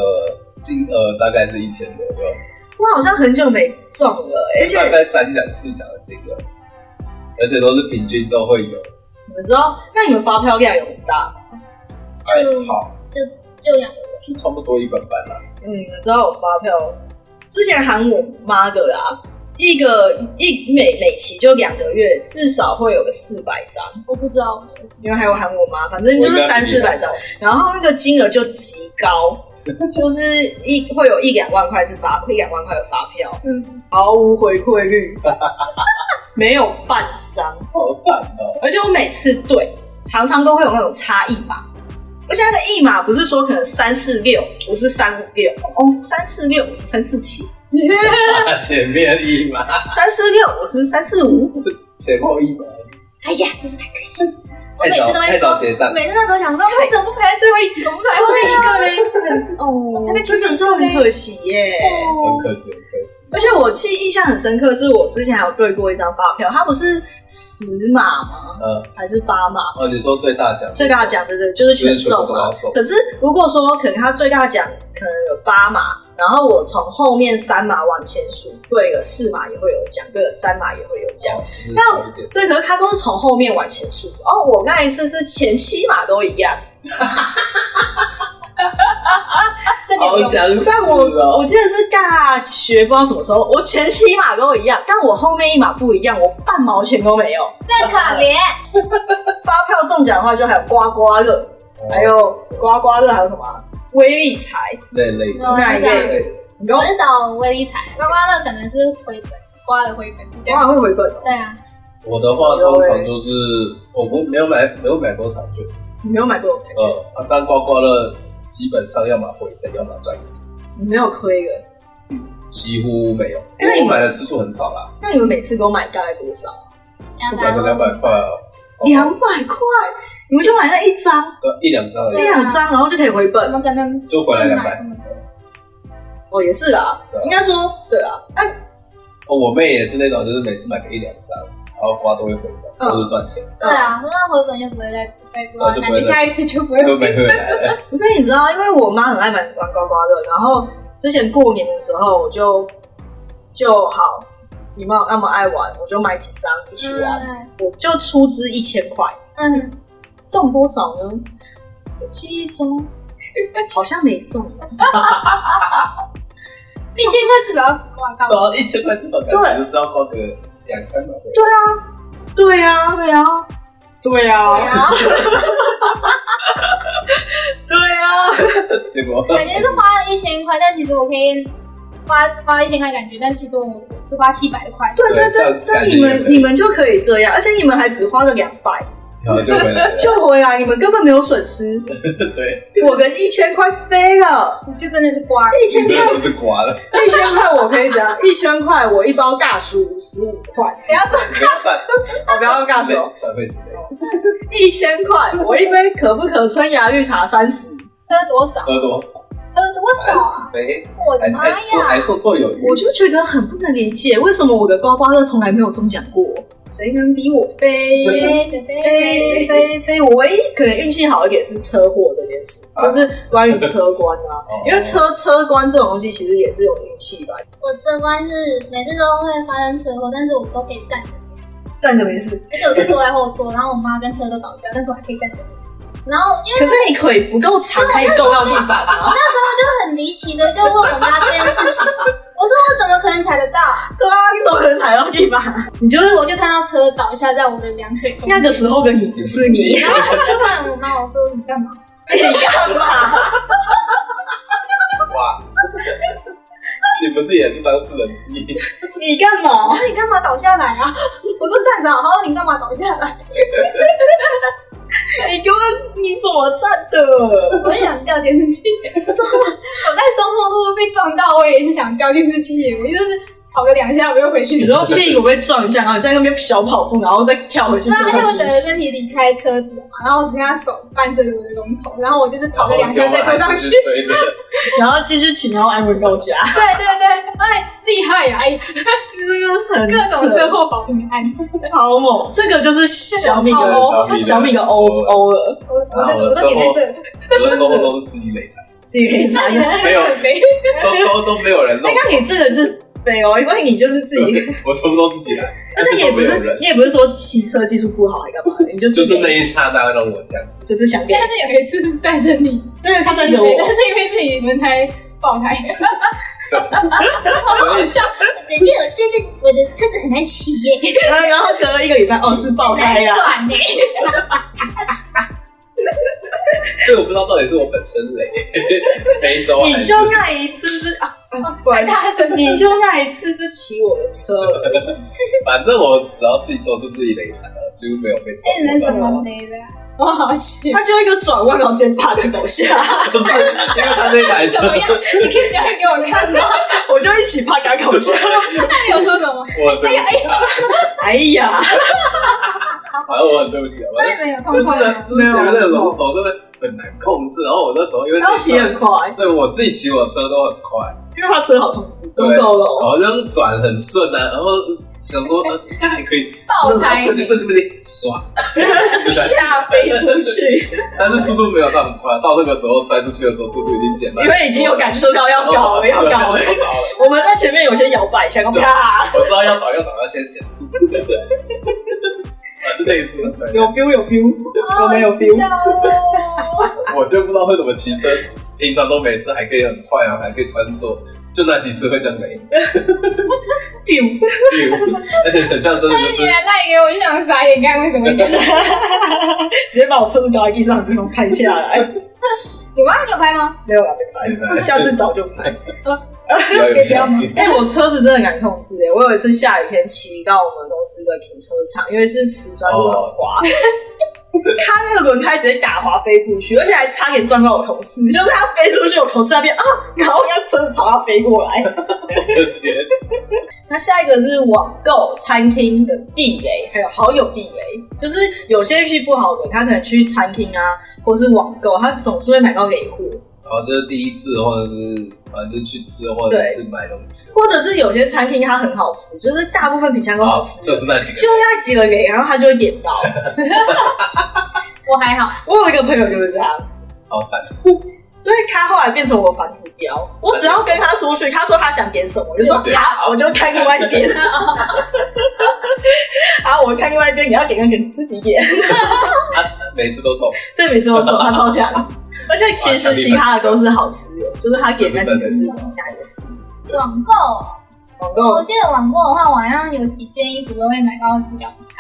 [SPEAKER 2] 金额大概是一千左右，
[SPEAKER 1] 我好像很久没中了，而且
[SPEAKER 2] 大概三奖四奖的金额，而且都是平均都会有。
[SPEAKER 1] 你们知道，那你们发票量有很大吗？
[SPEAKER 2] 还
[SPEAKER 3] 嗯
[SPEAKER 2] 哎好，
[SPEAKER 3] 就两个，
[SPEAKER 2] 就差不多一本半啦。
[SPEAKER 1] 嗯，你们知道我发票之前喊我妈的啦，一个一每每期就两个月，至少会有个四百张，
[SPEAKER 3] 我不知道我有几
[SPEAKER 1] 因为还有喊我妈，
[SPEAKER 3] 嗯
[SPEAKER 1] 反正就是三四百张，然后那个金额就极高。 (laughs) 就是一会有一两万块是发一两万块的发票，
[SPEAKER 3] 嗯，
[SPEAKER 1] 毫无回馈率， (laughs) 没有半张，
[SPEAKER 2] 好惨哦！
[SPEAKER 1] 而且我每次对常常都会有那种差一码，而且那个一码不是说可能三四六，我是三五六，哦，三四六我是三四七，
[SPEAKER 2] 啊，前面一码， (laughs)
[SPEAKER 1] 三四六我是三四五，
[SPEAKER 2] 前后一码，
[SPEAKER 3] 哎呀，真是太可惜，我
[SPEAKER 2] 太
[SPEAKER 3] 每
[SPEAKER 2] 早
[SPEAKER 3] 次都会
[SPEAKER 2] 太
[SPEAKER 3] 说
[SPEAKER 2] 早，结账
[SPEAKER 3] 我。每次那时候想说，为什么不排在最后一，怎么不排后面一
[SPEAKER 1] (laughs)
[SPEAKER 3] 个呢？
[SPEAKER 1] 哦
[SPEAKER 3] 那个
[SPEAKER 1] 这
[SPEAKER 3] 清
[SPEAKER 1] 个
[SPEAKER 3] 楚
[SPEAKER 1] 就很可惜耶。
[SPEAKER 3] 哦
[SPEAKER 2] 很可惜，很可惜。
[SPEAKER 1] 而且我记印象很深刻，是我之前还有对过一张发票，它不是十码吗？
[SPEAKER 2] 嗯，
[SPEAKER 1] 还是八码？
[SPEAKER 2] 哦，你说最大奖，
[SPEAKER 1] 最大奖对对，就是全中嘛。
[SPEAKER 2] 就是全部都要中
[SPEAKER 1] 可是如果说可能他最大奖可能有八码，然后我从后面三码往前数，对了四码也会有奖，对了三码也会有奖。
[SPEAKER 2] 哦，就是少一点，
[SPEAKER 1] 对，可是他都是从后面往前数。哦，我那一次是前七码都一样，
[SPEAKER 3] 这里
[SPEAKER 2] 好
[SPEAKER 3] 有用，
[SPEAKER 2] 想死
[SPEAKER 1] 在我我
[SPEAKER 2] 哦！
[SPEAKER 1] 记得是大学不知道什么时候，我前七码都一样，但我后面一码不一样，我半毛钱都没有。
[SPEAKER 3] 这可怜，
[SPEAKER 1] 发票中奖的话，就还有刮刮乐，还有刮刮乐，还有什么啊威力财
[SPEAKER 2] 累累
[SPEAKER 3] 哦
[SPEAKER 2] 的，
[SPEAKER 1] 那一类的。你跟
[SPEAKER 3] 我
[SPEAKER 1] 我
[SPEAKER 3] 很少微理财，刮刮乐可能是回本，刮了回本，对
[SPEAKER 1] 当然会回本哦。
[SPEAKER 3] 对啊，
[SPEAKER 2] 我的话通常就是我不没有欸买没有买过彩券，
[SPEAKER 1] 你没有买过我才去，
[SPEAKER 2] 呃，啊，但刮刮乐基本上要么回本，要么赚一点，
[SPEAKER 1] 你没有亏的。
[SPEAKER 2] 几乎没有，
[SPEAKER 1] 因
[SPEAKER 2] 因
[SPEAKER 1] 为
[SPEAKER 2] 为
[SPEAKER 1] 你
[SPEAKER 2] 我买的次数很少啦，
[SPEAKER 1] 那你们每次都买大概多少？
[SPEAKER 3] 两
[SPEAKER 2] 就
[SPEAKER 1] 啊
[SPEAKER 2] 买个两百块哦，
[SPEAKER 1] 两百块，你们就买那一张，
[SPEAKER 2] 呃一两张而
[SPEAKER 1] 一
[SPEAKER 2] 已，
[SPEAKER 3] 对啊
[SPEAKER 1] 两张，然后就可以回
[SPEAKER 3] 我
[SPEAKER 1] 本。
[SPEAKER 3] 们可能
[SPEAKER 2] 就回来两百。
[SPEAKER 1] 哦，也是啦
[SPEAKER 2] 对，啊
[SPEAKER 1] 应该说对啦。那
[SPEAKER 2] 哦，我妹也是那种，就是每次买个一两张，然后刮都会回本，
[SPEAKER 1] 嗯
[SPEAKER 2] 都是赚钱，
[SPEAKER 3] 对啊，那回本就不会再再做
[SPEAKER 2] 哦，就
[SPEAKER 3] 那
[SPEAKER 2] 不会
[SPEAKER 3] 你
[SPEAKER 2] 再
[SPEAKER 3] 下一次就不会
[SPEAKER 2] 就没回来了。
[SPEAKER 1] 可是你知道，因为我妈很爱买玩刮刮乐，然后之前过年的时候，我就就好，你们那么爱玩，我就买几张一起玩，
[SPEAKER 3] 嗯
[SPEAKER 1] 我就出资一千块，
[SPEAKER 3] 嗯，
[SPEAKER 1] 中多少呢？我记忆中好像没中，
[SPEAKER 3] 一千块至少要刮到
[SPEAKER 2] (laughs) 对。啊，一千块至少感觉就是要花个两三百块。
[SPEAKER 1] 对啊，
[SPEAKER 3] 对啊，
[SPEAKER 1] 对啊，
[SPEAKER 3] 然后
[SPEAKER 1] 对啊。
[SPEAKER 2] (laughs) 结果
[SPEAKER 3] 感觉是花了一千块，但其实我可以花花一千块感觉，但其实我只花七百块，
[SPEAKER 1] 对对
[SPEAKER 2] 这
[SPEAKER 1] 对
[SPEAKER 2] 样子感
[SPEAKER 1] 对，你
[SPEAKER 2] 觉也
[SPEAKER 1] 们
[SPEAKER 2] 可以
[SPEAKER 1] 你们就可以这样，而且你们还只花了两百
[SPEAKER 2] 然后就回来了。
[SPEAKER 1] 就回来，你们根本没有损失。
[SPEAKER 2] (laughs) 对，
[SPEAKER 1] 我跟一千块飞了，
[SPEAKER 3] 就真的是刮。
[SPEAKER 1] 一千
[SPEAKER 2] 真
[SPEAKER 1] 块
[SPEAKER 2] 的就是刮了，
[SPEAKER 1] 一千块我可以讲，一千块我一包大薯十五块，
[SPEAKER 3] 不要说
[SPEAKER 2] 不要犯，
[SPEAKER 1] 不要尬手
[SPEAKER 2] 三倍钱，
[SPEAKER 1] 一千块我一杯可不可春芽绿茶三十，
[SPEAKER 3] 喝多少，
[SPEAKER 2] 喝多少？
[SPEAKER 3] 喝多
[SPEAKER 2] 三
[SPEAKER 3] 少，
[SPEAKER 2] 十杯，哎
[SPEAKER 3] 我的
[SPEAKER 2] 还
[SPEAKER 3] 妈
[SPEAKER 2] 还绰还
[SPEAKER 3] 呀！
[SPEAKER 2] 绰绰有余。
[SPEAKER 1] 我就觉得很不能理解，为什么我的刮刮乐从来没有中奖过？谁能比我飞？
[SPEAKER 3] 对对对
[SPEAKER 1] 飞
[SPEAKER 3] 对对，
[SPEAKER 1] 飞飞！我唯一可能运气好一点是车祸这件事，
[SPEAKER 2] 啊
[SPEAKER 1] 就是关于车关啊，
[SPEAKER 2] 哦
[SPEAKER 1] 因为车车关这种东西其实也是有运气啊吧，
[SPEAKER 3] 我这关是每次都会发生车祸，但是我都可以站着没事。
[SPEAKER 1] 站着没事。
[SPEAKER 3] 而且我就坐在后座，然后我妈跟车都搞不掉，但是我还可以站着没事。然后因为
[SPEAKER 1] 可是你腿不够长，可以够到地板
[SPEAKER 3] (laughs)
[SPEAKER 1] 啊。
[SPEAKER 3] 就很离奇的就问我妈这件事情，我说我怎么可能踩得到、啊？
[SPEAKER 1] 对啊，你怎么可能踩到地板？你就是
[SPEAKER 3] 所以 (laughs) 我就看到车倒下在我的两腿中间。
[SPEAKER 1] 那个时候的你不是你，
[SPEAKER 3] 然后我就问我妈，我说你干嘛？
[SPEAKER 1] 你干嘛？
[SPEAKER 2] (laughs) 哇，你不是也是当事人之一？
[SPEAKER 1] (laughs) 你干嘛？
[SPEAKER 3] 那你干嘛倒下来啊？我都站着好好，你干嘛倒下来？
[SPEAKER 1] 你根本你怎么站的？
[SPEAKER 3] 我就想掉电视机，我在中后路被撞到，我也是想掉电视机，我就是跑个两下，我又回去
[SPEAKER 1] 你知道屁股被撞一下，然后你在那边小跑步，然后再跳回去
[SPEAKER 3] 对啊，
[SPEAKER 1] 身
[SPEAKER 3] 而且
[SPEAKER 1] 上
[SPEAKER 3] 我整
[SPEAKER 1] 休
[SPEAKER 3] 个
[SPEAKER 1] 息。
[SPEAKER 3] 身体离开车子了嘛，然后我只剩下手伴着我的龙头，然后我就是
[SPEAKER 2] 然
[SPEAKER 3] 跑
[SPEAKER 2] 后
[SPEAKER 3] 了两
[SPEAKER 2] 啊就
[SPEAKER 3] 下再坐上
[SPEAKER 2] 还是
[SPEAKER 3] 去。
[SPEAKER 2] 推着，
[SPEAKER 1] 然后继续请，然后安稳到家。
[SPEAKER 3] 对
[SPEAKER 2] 啊
[SPEAKER 3] 对对，哎，厉害呀、哎，
[SPEAKER 1] 这个
[SPEAKER 3] 各
[SPEAKER 1] 很
[SPEAKER 3] 种
[SPEAKER 1] 扯
[SPEAKER 3] 车祸保平安。
[SPEAKER 1] 超猛，这个就是小米
[SPEAKER 3] 这
[SPEAKER 1] 的哦
[SPEAKER 3] 个
[SPEAKER 2] 超猛
[SPEAKER 1] 小米的欧欧了，
[SPEAKER 3] 我我的我的点在
[SPEAKER 2] 哦
[SPEAKER 3] 这，
[SPEAKER 2] 我的收获都是自己累 (laughs) 惨，
[SPEAKER 1] 自己可以
[SPEAKER 3] 那
[SPEAKER 1] 猜
[SPEAKER 3] 你。的那个很悲。
[SPEAKER 2] 都都都没有人 (laughs) 弄
[SPEAKER 1] 哎，，那你这个是飞哦，因为你就是自己，
[SPEAKER 2] 我全部都自己 (laughs) 来，
[SPEAKER 1] (laughs) 而且也
[SPEAKER 2] 都
[SPEAKER 1] 不
[SPEAKER 2] 没有
[SPEAKER 1] 是
[SPEAKER 2] 人，
[SPEAKER 1] 你也不是说骑车技术不好还干嘛的，你就是
[SPEAKER 2] 就是那一刹那让我这样子，
[SPEAKER 1] 就是想给
[SPEAKER 3] 但，是有一次是带着你，
[SPEAKER 1] 对，他
[SPEAKER 3] 但
[SPEAKER 1] 带
[SPEAKER 3] 是
[SPEAKER 1] 着我，
[SPEAKER 3] 因为是你轮胎爆胎，
[SPEAKER 2] 所以
[SPEAKER 3] 人家我真的我的车子很难骑耶，
[SPEAKER 1] (laughs) 然后然后隔了一个礼拜，哦，是爆胎呀，
[SPEAKER 3] 转耶。
[SPEAKER 2] 所以我不知道到底是我本身 (laughs) 累，非洲还
[SPEAKER 1] 你
[SPEAKER 2] 是
[SPEAKER 1] 就那一次是啊，啊不好
[SPEAKER 3] 太
[SPEAKER 1] 意思
[SPEAKER 3] 大声
[SPEAKER 1] 你就那一次是骑我的车，
[SPEAKER 2] 反正我只要自己都是自己累惨的，几乎没有被
[SPEAKER 3] 哎，
[SPEAKER 2] 撞
[SPEAKER 3] 你们
[SPEAKER 2] 过
[SPEAKER 3] 怎
[SPEAKER 2] 到。
[SPEAKER 3] 么没的啊？我好奇。
[SPEAKER 1] 他就一个转弯，然后直接啪就倒下，
[SPEAKER 2] (laughs) 就是因为他那台车 (laughs)
[SPEAKER 3] 怎，么样？你可以表演给我看吗？
[SPEAKER 1] 我就一起啪嘎倒下，
[SPEAKER 3] 那你有说什么？
[SPEAKER 2] 我对不起他，
[SPEAKER 1] 哎呀，
[SPEAKER 2] 反正我很对不起他，
[SPEAKER 3] 那
[SPEAKER 2] 反
[SPEAKER 3] 你
[SPEAKER 2] 正
[SPEAKER 3] 们有
[SPEAKER 2] 就真的
[SPEAKER 3] 碰过吗？
[SPEAKER 2] 就是前面那个龙头真的很难控制，然后我那时候因为
[SPEAKER 1] 然后骑很快，
[SPEAKER 2] 对我自己骑我车都很快，
[SPEAKER 1] 因为他车好控制，够够了哦。
[SPEAKER 2] 然后就是转很顺啊，然后想说呃应该还可以，
[SPEAKER 3] 爆胎
[SPEAKER 2] 啊不行不行不行，刷，就在
[SPEAKER 1] 下飞出去，
[SPEAKER 2] 但是速度没有到很快，到那个时候摔出去的时候速度已经减
[SPEAKER 1] (laughs)
[SPEAKER 2] 慢
[SPEAKER 1] 因，为已经有感受到要搞了，要搞了
[SPEAKER 2] 要。倒了，
[SPEAKER 1] 我们在前面有些摇摆一下，啊啪，
[SPEAKER 2] 我知道要倒要倒要先
[SPEAKER 1] (laughs)
[SPEAKER 2] 减速，对不对？反正那一次是这样，
[SPEAKER 1] 有 feel 有 feel，我们有 feel。
[SPEAKER 3] 哦
[SPEAKER 2] 我就不知道会怎么骑车，平常都没事，还可以很快啊，还可以穿梭，就那几次会这样雷，
[SPEAKER 1] feel
[SPEAKER 2] 就而且很像真的
[SPEAKER 3] 那
[SPEAKER 2] 就
[SPEAKER 3] 你
[SPEAKER 2] 是
[SPEAKER 3] 来赖给我，就想傻眼，看为什么会这样？
[SPEAKER 1] 直接把我车子搞在地上，然后拍下来。
[SPEAKER 3] 有吗？你有拍吗？
[SPEAKER 1] 没有了，没拍，下次早就拍。
[SPEAKER 2] 要有下次，
[SPEAKER 1] 哎、我车子真的敢控制哎、我有一次下雨天骑到我们公司的停车场，因为是瓷砖路很滑， (laughs) 他那个轮胎直接打滑飞出去，而且还差点撞到我同事，就是他飞出去，我同事那边啊，然后让车子朝他飞过来。
[SPEAKER 2] 我的天，
[SPEAKER 1] 那下一个是网购餐厅的地雷，还有好友地雷，就是有些运气不好的，他可能去餐厅啊，或是网购，他总是会买到雷货，
[SPEAKER 2] 然后就是第一次或者是反正就去吃或者是买东西，
[SPEAKER 1] 或者是有些餐厅它很好吃，就是大部分品相都好吃，
[SPEAKER 2] 就是那几个
[SPEAKER 1] 就那几个雷，然后他就会点到。
[SPEAKER 3] 我还好，
[SPEAKER 1] 我有一个朋友就是这样，
[SPEAKER 2] 好惨，
[SPEAKER 1] 所以他后来变成我反指标。我只要跟他出去，他说他想点什么，我就说
[SPEAKER 2] 对
[SPEAKER 1] 好，我就看另外一
[SPEAKER 2] (laughs)
[SPEAKER 1] 边。好，我看另外一边，你要点就点，自己点。
[SPEAKER 2] 每次都中，
[SPEAKER 1] (laughs) 这每次我走，他超强。而且其实其他的都是好吃的， (laughs) 就是他点那几个是难吃。
[SPEAKER 3] 网购，
[SPEAKER 1] 网
[SPEAKER 3] 我
[SPEAKER 1] 购
[SPEAKER 3] 记得网购的话，我好像有几件衣服都会买到质量差，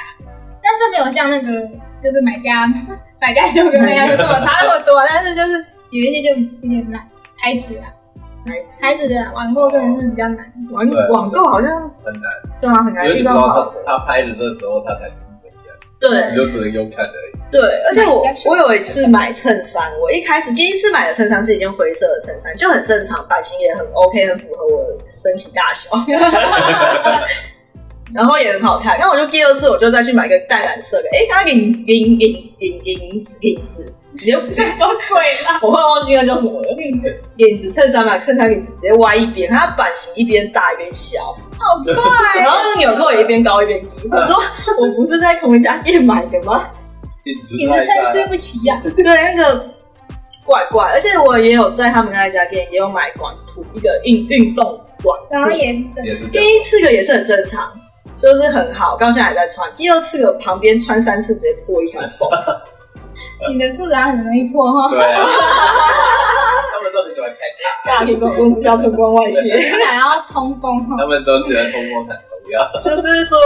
[SPEAKER 3] 但是没有像那个就是买家 (laughs) 买家秀跟卖家秀这么差那么多，但是就是有一些就有点烂材质啊，
[SPEAKER 1] 才知
[SPEAKER 3] 才子的网购真的是比较难。
[SPEAKER 1] 网
[SPEAKER 2] 对
[SPEAKER 1] 网购好像
[SPEAKER 2] 很难，
[SPEAKER 1] 对啊，很难
[SPEAKER 2] 因为
[SPEAKER 1] 遇
[SPEAKER 2] 你不
[SPEAKER 1] 到
[SPEAKER 2] 知
[SPEAKER 1] 好
[SPEAKER 2] 道
[SPEAKER 1] 的。
[SPEAKER 2] 他他拍的那时候他才是怎样，
[SPEAKER 1] 对
[SPEAKER 2] 你就只能用看的。
[SPEAKER 1] 对，而且我
[SPEAKER 3] 买家秀
[SPEAKER 1] 我有一次买衬衫，我一开始第一次买的衬衫是一件灰色的衬衫，就很正常，版型也很 OK，很符合我的身体大小， (laughs) 然后也很好看。那我就第二次我就再去买个淡蓝色的，哎，它领领领领领子领子直
[SPEAKER 3] (laughs)
[SPEAKER 1] 接
[SPEAKER 3] 都贵
[SPEAKER 1] (laughs)
[SPEAKER 3] 啦，
[SPEAKER 1] 我会忘记那叫什么了，
[SPEAKER 3] 栗子
[SPEAKER 1] 领子衬衫嘛，衬衫领子直接歪一边，它版型一边大一边小。
[SPEAKER 3] 好贵。
[SPEAKER 1] 然后纽扣也一边高一边低。
[SPEAKER 3] (laughs)
[SPEAKER 1] 我说我不是在同一家店买的吗？
[SPEAKER 2] 品质
[SPEAKER 3] 你
[SPEAKER 2] 太
[SPEAKER 3] 的
[SPEAKER 2] 差
[SPEAKER 3] 菜
[SPEAKER 2] 了
[SPEAKER 3] 吃不啊起呀、
[SPEAKER 1] 对，那个怪怪，而且我也有在他们那一家店也有买短裤，一个运运动短裤。
[SPEAKER 3] 然后也是真的
[SPEAKER 2] 也是这样，
[SPEAKER 1] 第一次个也是很正常，就是很好，到现在还在穿。第二次个旁边穿三次直接破一条缝，
[SPEAKER 3] 你的裤子好像很容易破
[SPEAKER 1] (laughs)
[SPEAKER 3] 哈。
[SPEAKER 2] 对 (laughs) 啊，他们都很喜欢开叉，
[SPEAKER 1] 大家可以跟我们叫春光外泄。
[SPEAKER 3] 还要通风哈
[SPEAKER 2] 他。们都喜欢通风很重要。
[SPEAKER 1] 就是说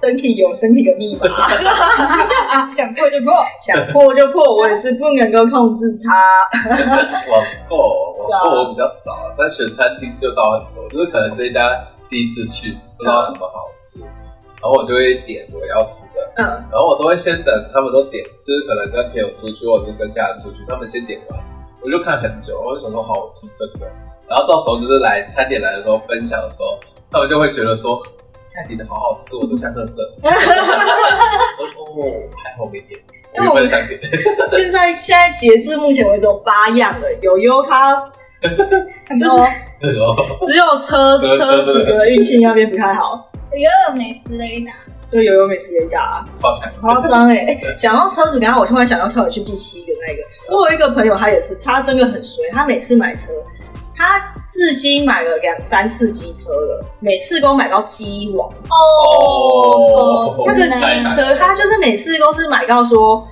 [SPEAKER 1] 身体有身体的密码，
[SPEAKER 3] 啊，想破就破。
[SPEAKER 1] 想破就破，我也是不能够控制它。
[SPEAKER 2] (laughs) 网购网购我比较少，但选餐厅就到很多，就是可能这一家第一次去不知道什么好吃，然后我就会点我要吃的，
[SPEAKER 1] 嗯，
[SPEAKER 2] 然后我都会先等他们都点，就是可能跟朋友出去或者是跟家人出去，他们先点完，我就看很久，我就想说好，我吃这个，然后到时候就是来餐点来的时候分享的时候，他们就会觉得说，看你的好好吃，我都想特色。我说哦，还好没点，我原本想点，
[SPEAKER 1] 现在现在截至目前为止有八样了，有优咖
[SPEAKER 3] 很多
[SPEAKER 2] 然后
[SPEAKER 1] 只有车
[SPEAKER 2] 车
[SPEAKER 1] 车子的运气那边不太好，
[SPEAKER 3] 有二美食雷达，
[SPEAKER 1] 就游泳美食雷达，
[SPEAKER 2] (laughs) 超强。
[SPEAKER 1] 夸张哎！欸想到车子，刚刚我突然想到跳回去第七个那个，我有一个朋友，他也是，他真的很衰，他每次买车，他至今买了两三次机车了，每次都买到机王，
[SPEAKER 2] 哦
[SPEAKER 1] 那个
[SPEAKER 2] 下一
[SPEAKER 1] 机
[SPEAKER 2] 台
[SPEAKER 1] 车，他就是每次都是买到说，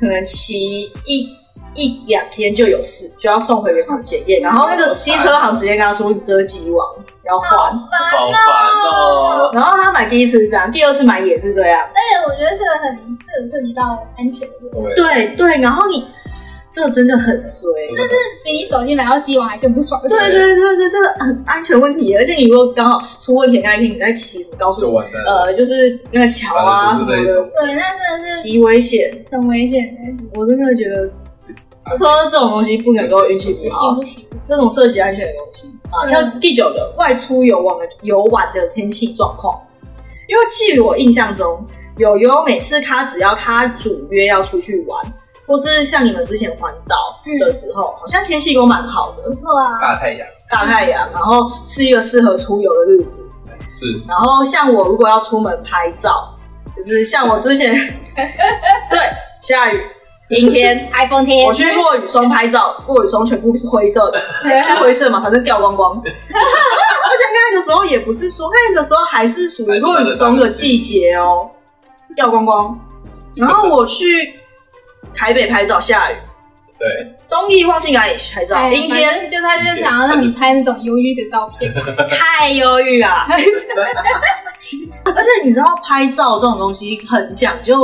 [SPEAKER 1] 可能骑一一两天就有事，就要送回原厂检验，然后那个机车行直接跟他说，你这是机王，要换。
[SPEAKER 2] 好烦哦，
[SPEAKER 1] 然后他买第一次是这样，第二次买也是这样。
[SPEAKER 3] 而且我觉得这个很是有涉及到安全的问题，
[SPEAKER 2] 对，
[SPEAKER 1] 对对，然后你这真的很衰。
[SPEAKER 2] 这
[SPEAKER 3] 就是比你手机买到鸡网还更不爽的事。
[SPEAKER 1] 对对对对，这个很安全问题，而且你如果刚好出问题，那一天你在骑什么高
[SPEAKER 2] 就
[SPEAKER 1] 速，
[SPEAKER 2] 完蛋了。
[SPEAKER 1] 呃，就是那个桥啊什
[SPEAKER 2] 反
[SPEAKER 1] 么
[SPEAKER 2] 正就是那一
[SPEAKER 1] 的
[SPEAKER 2] 种，
[SPEAKER 3] 对，那真的是
[SPEAKER 1] 极危险。
[SPEAKER 3] 很危险的，
[SPEAKER 1] 我真的觉得车这种东西不能够运气不
[SPEAKER 3] 行
[SPEAKER 1] 好，
[SPEAKER 3] 不行？
[SPEAKER 1] 这种涉及安全的东西啊。
[SPEAKER 3] 嗯
[SPEAKER 1] 那第九个，外出游玩的游玩的天气状况，因为据我印象中，友友每次他只要他主约要出去玩，或是像你们之前环岛
[SPEAKER 2] 嗯
[SPEAKER 1] 的时候，好像天气都蛮好的
[SPEAKER 3] 不，错啊，
[SPEAKER 2] 大太阳
[SPEAKER 1] 大太阳，然后是一个适合出游的日子。
[SPEAKER 2] 是
[SPEAKER 1] 然后像我如果要出门拍照，就是像我之前， (laughs) 对，下雨、阴天。
[SPEAKER 3] iPhone 贴
[SPEAKER 1] 我去落雨松拍照，落雨松全部是灰色的，是灰色嘛，反正掉光光。 (laughs) 而且那个时候也不是说，那个时候还是属于落雨松的季节哦，掉光光。然后我去台北拍照，下雨，
[SPEAKER 2] 对，
[SPEAKER 1] 中立忘记哪里拍照，
[SPEAKER 3] 哎
[SPEAKER 1] 阴
[SPEAKER 3] 反
[SPEAKER 1] 天
[SPEAKER 3] 正就他就是想要让你拍那种忧郁的照片，
[SPEAKER 1] 太忧郁了。而且你知道拍照这种东西很讲究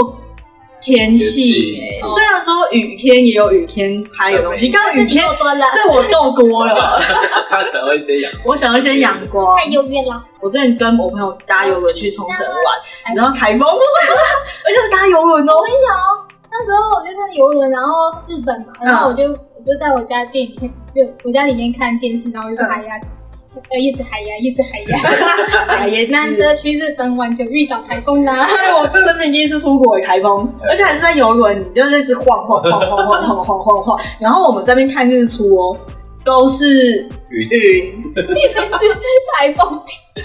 [SPEAKER 1] 天气、
[SPEAKER 2] 天
[SPEAKER 1] 欸，
[SPEAKER 2] 气
[SPEAKER 1] 虽然说雨天也有雨天拍的东西，
[SPEAKER 2] 对
[SPEAKER 1] 但
[SPEAKER 3] 是
[SPEAKER 1] 雨
[SPEAKER 3] 你
[SPEAKER 1] 天
[SPEAKER 3] 够多了，
[SPEAKER 1] 对我够多了，
[SPEAKER 2] 他想要一些阳
[SPEAKER 1] 我想要一些阳光。
[SPEAKER 3] 太忧郁了。
[SPEAKER 1] 我之前跟我朋友搭游轮去冲绳玩，你知道台风， (laughs) 而且是搭游轮哦，
[SPEAKER 3] 我跟你讲哦，那时候我就看游轮，然后日本嘛，然后我就、
[SPEAKER 1] 嗯
[SPEAKER 3] 我就在我家店里面，就我家里面看电视，然后我就说
[SPEAKER 1] 嗯
[SPEAKER 3] 海呀，呃，一直海呀，一直海呀，
[SPEAKER 1] 海椰
[SPEAKER 3] 难
[SPEAKER 1] 子。
[SPEAKER 3] 得去日本玩就遇到台风啦、
[SPEAKER 1] 对，我生命第一次出国有台风，而且还是在游轮，你就是一直晃晃晃晃晃晃晃晃晃，然后我们在那边看日出哦，都是
[SPEAKER 2] 云，
[SPEAKER 1] 云，
[SPEAKER 3] 台风天，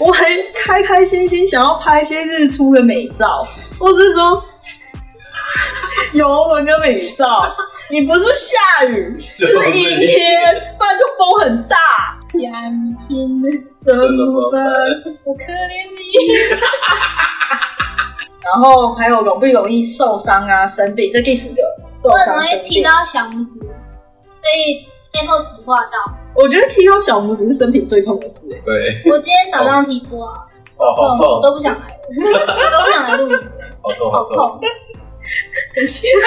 [SPEAKER 1] 我还开开心心想要拍一些日出的美照，或是说 (laughs) 游轮的美照。你不是下雨，
[SPEAKER 2] 就
[SPEAKER 1] 就是阴天，不然就风很大，
[SPEAKER 3] 喜欢天呐，
[SPEAKER 1] 怎么办？
[SPEAKER 3] 我可怜你。
[SPEAKER 1] 然后还有容不容易受伤啊、生病，这第十个受
[SPEAKER 3] 我很
[SPEAKER 1] 伤
[SPEAKER 3] 容
[SPEAKER 1] 生
[SPEAKER 3] 易踢
[SPEAKER 1] 病。
[SPEAKER 3] 到小拇指，所以背后指划到。
[SPEAKER 1] 我觉得踢到小拇指是身体最痛的事、欸，
[SPEAKER 2] 对，
[SPEAKER 3] 我今天早上踢过啊，
[SPEAKER 2] 哦，好
[SPEAKER 3] 我
[SPEAKER 2] 痛， (laughs)
[SPEAKER 3] 都不想来了，我都不想来录影，
[SPEAKER 2] 好痛，
[SPEAKER 3] 好
[SPEAKER 2] 好痛，
[SPEAKER 3] 痛。生气了，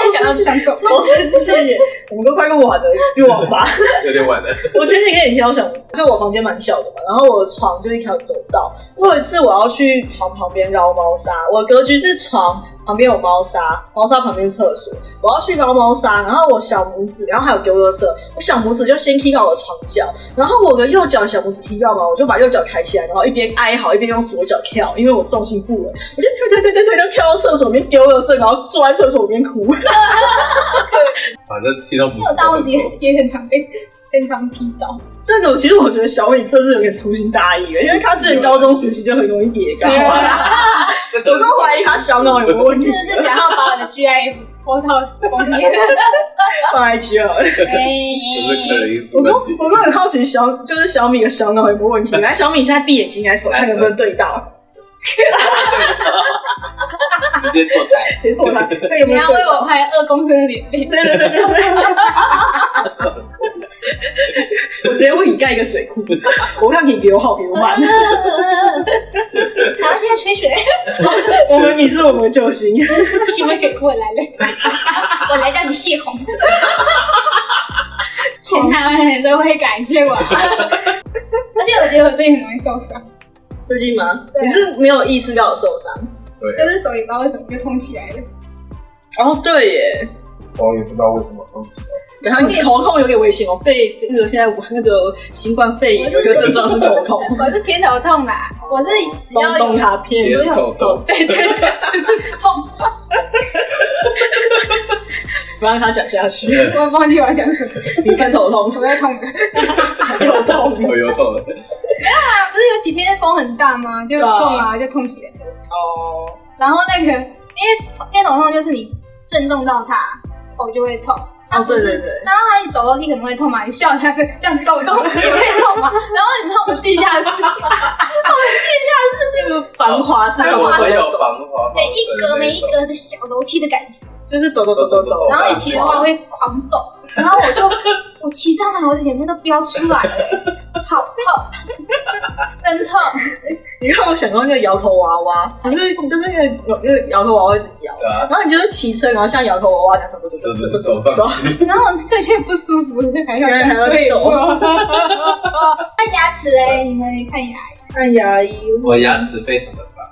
[SPEAKER 3] 我现在想到就想走。
[SPEAKER 1] 超生气耶！我们都快过晚了，去网吧。
[SPEAKER 2] 有点晚了。
[SPEAKER 1] 我前几天也挑选，就我房间蛮小的嘛，然后我的床就一条走道。我有一次我要去床旁边捞猫砂，我的格局是床旁边有猫砂，猫砂旁边是厕所。我要去捞猫砂，然后我小拇指，然后还有丢垃圾，我小拇指就先踢到我的床角，然后我的右脚小拇指踢到嘛，我就把右脚抬起来，然后一边哀嚎一边用左脚跳，因为我重心不稳，我就跳跳跳跳跳跳跳到厕所里面丢垃圾，然后坐在厕所里面哭。
[SPEAKER 2] 反正踢到不
[SPEAKER 3] 因为我大拇指也也很常被很常踢到，
[SPEAKER 1] 这个其实我觉得小美真是有点粗心大意了，因为她之前高中时期就很容易跌高，
[SPEAKER 2] 这
[SPEAKER 1] 我都怀疑她小脑有问题
[SPEAKER 3] 真。的是想要把我的 GIF 拖到封
[SPEAKER 2] (laughs)
[SPEAKER 3] 面。哎
[SPEAKER 1] 放 IG (laughs) 好了，
[SPEAKER 2] 就是可能是
[SPEAKER 1] 我都
[SPEAKER 2] 问题。
[SPEAKER 1] 我都很好奇小就是小米的小脑有没有问题。来，小米现在闭眼睛来手 (laughs) 看能不能对到，
[SPEAKER 2] 直接错开，
[SPEAKER 1] 谁错他？对有
[SPEAKER 3] 你
[SPEAKER 1] 没有
[SPEAKER 3] 要
[SPEAKER 1] 对
[SPEAKER 3] 为
[SPEAKER 1] 到
[SPEAKER 3] 我拍二公分的脸 (laughs) 脸，
[SPEAKER 1] 对对对对 (laughs) 对。我直接为你盖一个水 (laughs) 库，我看你流好流 (laughs) 满。
[SPEAKER 3] 然后现在吹 (laughs) 雪，
[SPEAKER 1] 我们你是我们的救星，
[SPEAKER 3] 你们给过来了， (laughs) 我来让你泄洪。 (laughs) 全台湾人都会感谢我， (laughs) 而且我觉得我自己很容易受伤，
[SPEAKER 1] 最近吗？
[SPEAKER 3] 对
[SPEAKER 1] 你是没有意识到有受伤？
[SPEAKER 2] 对，
[SPEAKER 3] 就是手也不知道为什么就痛起来了。
[SPEAKER 1] 哦，对耶，
[SPEAKER 2] 我也不知道为什么动起来，
[SPEAKER 1] 然后你头痛有点危险哦，肺那个现在我那个新冠肺炎有一个症状是头痛，
[SPEAKER 3] 我是偏头痛啦，我是只要
[SPEAKER 1] 东
[SPEAKER 3] 有
[SPEAKER 1] 东卡片
[SPEAKER 2] 连头痛，
[SPEAKER 3] 对对对，就是痛。
[SPEAKER 1] 不让他讲下去，
[SPEAKER 3] 我忘记我要讲什么，
[SPEAKER 1] 你偏头痛
[SPEAKER 3] 我在痛的。
[SPEAKER 1] 有痛
[SPEAKER 2] 头又痛了。
[SPEAKER 3] 啊， (laughs) 不是有几天风很大吗？就痛啊，就痛起来。
[SPEAKER 1] 哦，
[SPEAKER 3] 然后那个，因为偏头痛就是你震动到它，头就会痛。
[SPEAKER 1] 哦对对对
[SPEAKER 3] 然后它你走楼梯可能会痛嘛，你笑一下是这样抖 (laughs) 动也会痛嘛。然后你看我们地下室，我们地
[SPEAKER 1] 这个繁华是
[SPEAKER 3] 繁
[SPEAKER 2] 但
[SPEAKER 1] 有
[SPEAKER 2] 我
[SPEAKER 3] 华
[SPEAKER 2] 们有防滑
[SPEAKER 3] 下室每哎一格每一格的小楼梯的感觉，
[SPEAKER 1] 就是抖抖抖抖抖，
[SPEAKER 3] 然后你骑的话会狂抖，然后我就 (laughs) 我骑上来，我的眼泪都飙出来了，哎好痛，真痛。
[SPEAKER 1] 你让我想到那个摇头娃娃，可是就是那个那个摇头娃娃一直摇，
[SPEAKER 2] 对啊，
[SPEAKER 1] 然后你就是骑车，然后像摇头娃娃那样抖抖抖
[SPEAKER 2] 真的
[SPEAKER 1] 抖
[SPEAKER 2] 是
[SPEAKER 1] 抖
[SPEAKER 2] 走
[SPEAKER 1] 抖
[SPEAKER 2] 上
[SPEAKER 1] 抖，
[SPEAKER 2] 去，
[SPEAKER 3] 然后退却不舒服，还要
[SPEAKER 1] 原来还要
[SPEAKER 3] 对
[SPEAKER 1] 抖
[SPEAKER 3] 我。 (laughs) 看牙齿哎、你们看牙齿，
[SPEAKER 1] 看牙医，
[SPEAKER 2] 我牙齿非常的棒。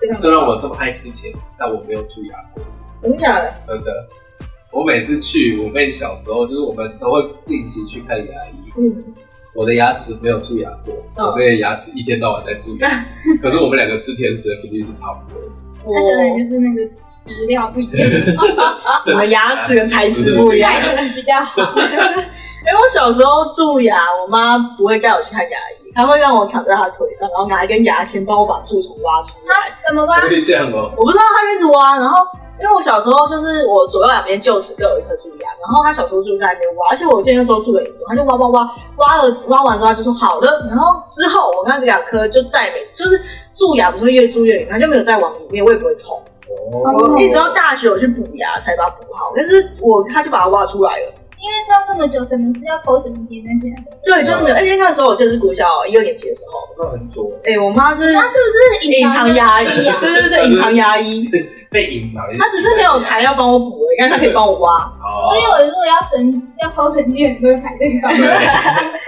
[SPEAKER 1] 非常
[SPEAKER 2] 虽然我这么爱吃甜食，但我没有蛀牙过，
[SPEAKER 1] 真假的？
[SPEAKER 2] 真的。我每次去，我妹小时候就是我们都会定期去看牙医。
[SPEAKER 1] 嗯，
[SPEAKER 2] 我的牙齿没有蛀牙过，
[SPEAKER 1] 嗯
[SPEAKER 2] 我妹的牙齿一天到晚在蛀
[SPEAKER 1] (laughs)
[SPEAKER 2] 牙。可是我们两个吃甜食的频率是差不多。
[SPEAKER 1] 我
[SPEAKER 3] 那可能就是那个质料 (laughs) 不一样，
[SPEAKER 1] 我牙齿的材质不一样。
[SPEAKER 3] 牙齿比较好。
[SPEAKER 1] 因为我小时候蛀牙，我妈不会带我去看牙医，她会让我躺在她腿上，然后拿一根牙签帮我把蛀虫挖出来。
[SPEAKER 3] 怎么吧？
[SPEAKER 2] 可以这样哦、
[SPEAKER 1] 我不知道她一直挖，然后因为我小时候就是我左右两边臼齿各有一颗蛀牙，然后她小时候就在那边挖，而且我记得那时候蛀的严重，她就挖挖挖挖了挖完之后她就说好了，然后之后我那两颗就再没就是蛀牙不是会越蛀越远，她就没有再往里面，我也不会痛。
[SPEAKER 2] 哦
[SPEAKER 1] 我一直到大学我去补牙才把它补好，但是我她就把它挖出来了。
[SPEAKER 3] 因为这样这么久，可能是要抽神经那些。
[SPEAKER 1] 对，就是没有。而且那时候我就是国小一二年级的时候，
[SPEAKER 2] 那很久
[SPEAKER 1] 哎、我妈是
[SPEAKER 3] 那是不是
[SPEAKER 1] 隐
[SPEAKER 3] 隐藏啊
[SPEAKER 1] 藏牙医，
[SPEAKER 3] 一
[SPEAKER 1] 对
[SPEAKER 3] 样？
[SPEAKER 1] 对对，隐藏牙医，
[SPEAKER 2] 被隐瞒。
[SPEAKER 1] 她只是没有材料帮我补而已，但她可以帮我 (laughs) 挖。
[SPEAKER 3] 所以呃
[SPEAKER 2] 哦，
[SPEAKER 3] 我如果要神要抽神经，很多人排队去找
[SPEAKER 2] 对，哦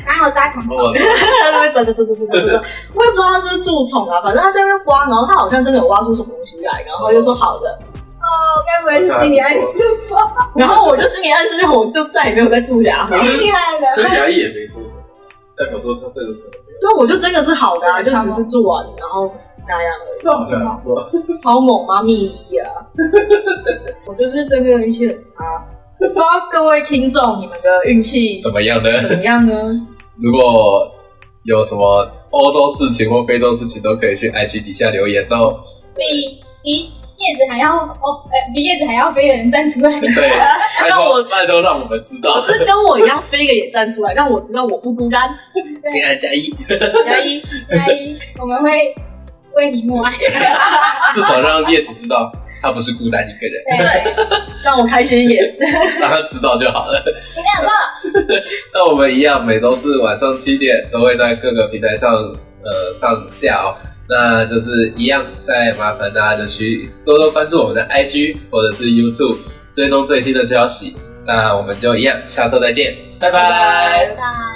[SPEAKER 3] 然后我扎长草，
[SPEAKER 2] 我
[SPEAKER 1] 她在那边走走走走走走走，我也不知道她是不是蛀虫啊，反正她在那边挖，然后她好像真的有挖出什么东西来，然后就说好的，
[SPEAKER 3] 哦，该不会是心理暗示吧？
[SPEAKER 1] 然后我就心里暗示我就再也没有再蛀牙
[SPEAKER 3] 太
[SPEAKER 1] 了，
[SPEAKER 3] 厉害
[SPEAKER 2] 可
[SPEAKER 3] 了！
[SPEAKER 2] 是牙医也没说什么，代表说他这个可能没有。
[SPEAKER 1] 所以我就真的是好的、 (laughs) 啊，就只是蛀完然后那样而已。 (laughs)
[SPEAKER 2] 好像说
[SPEAKER 1] 超猛妈咪呀、 (laughs) 我就是真的运气很差，不知道各位听众你们的运气
[SPEAKER 2] 怎么样呢？ (laughs)
[SPEAKER 1] 怎么样呢？
[SPEAKER 2] 如果有什么欧洲事情或非洲事情，都可以去 IG 底下留言
[SPEAKER 1] (laughs)
[SPEAKER 2] 哦。
[SPEAKER 3] 比比叶子还要哦，呃，比叶子还要飞的人站 (laughs) 出来。
[SPEAKER 2] 对，拜
[SPEAKER 1] 让我
[SPEAKER 2] 托拜托，让我们知道
[SPEAKER 1] 我。是跟我一样飞一个也站出来，让我知道我不孤单。
[SPEAKER 2] 亲爱的加一，
[SPEAKER 1] 牙医，
[SPEAKER 3] 加一，我们会为你默哀。
[SPEAKER 2] 至少让叶子知道他不是孤单一个人，
[SPEAKER 3] 对，
[SPEAKER 1] 对，让我开心一点。
[SPEAKER 2] 让他知道就好了。
[SPEAKER 3] 没有错。
[SPEAKER 2] (laughs) 那我们一样，每周四晚上七点都会在各个平台上呃上架哦。那就是一样，再麻烦大家就去多多关注我们的 IG 或者是 YouTube，追踪最新的消息。那我们就一样，下周再见，拜拜
[SPEAKER 3] 拜。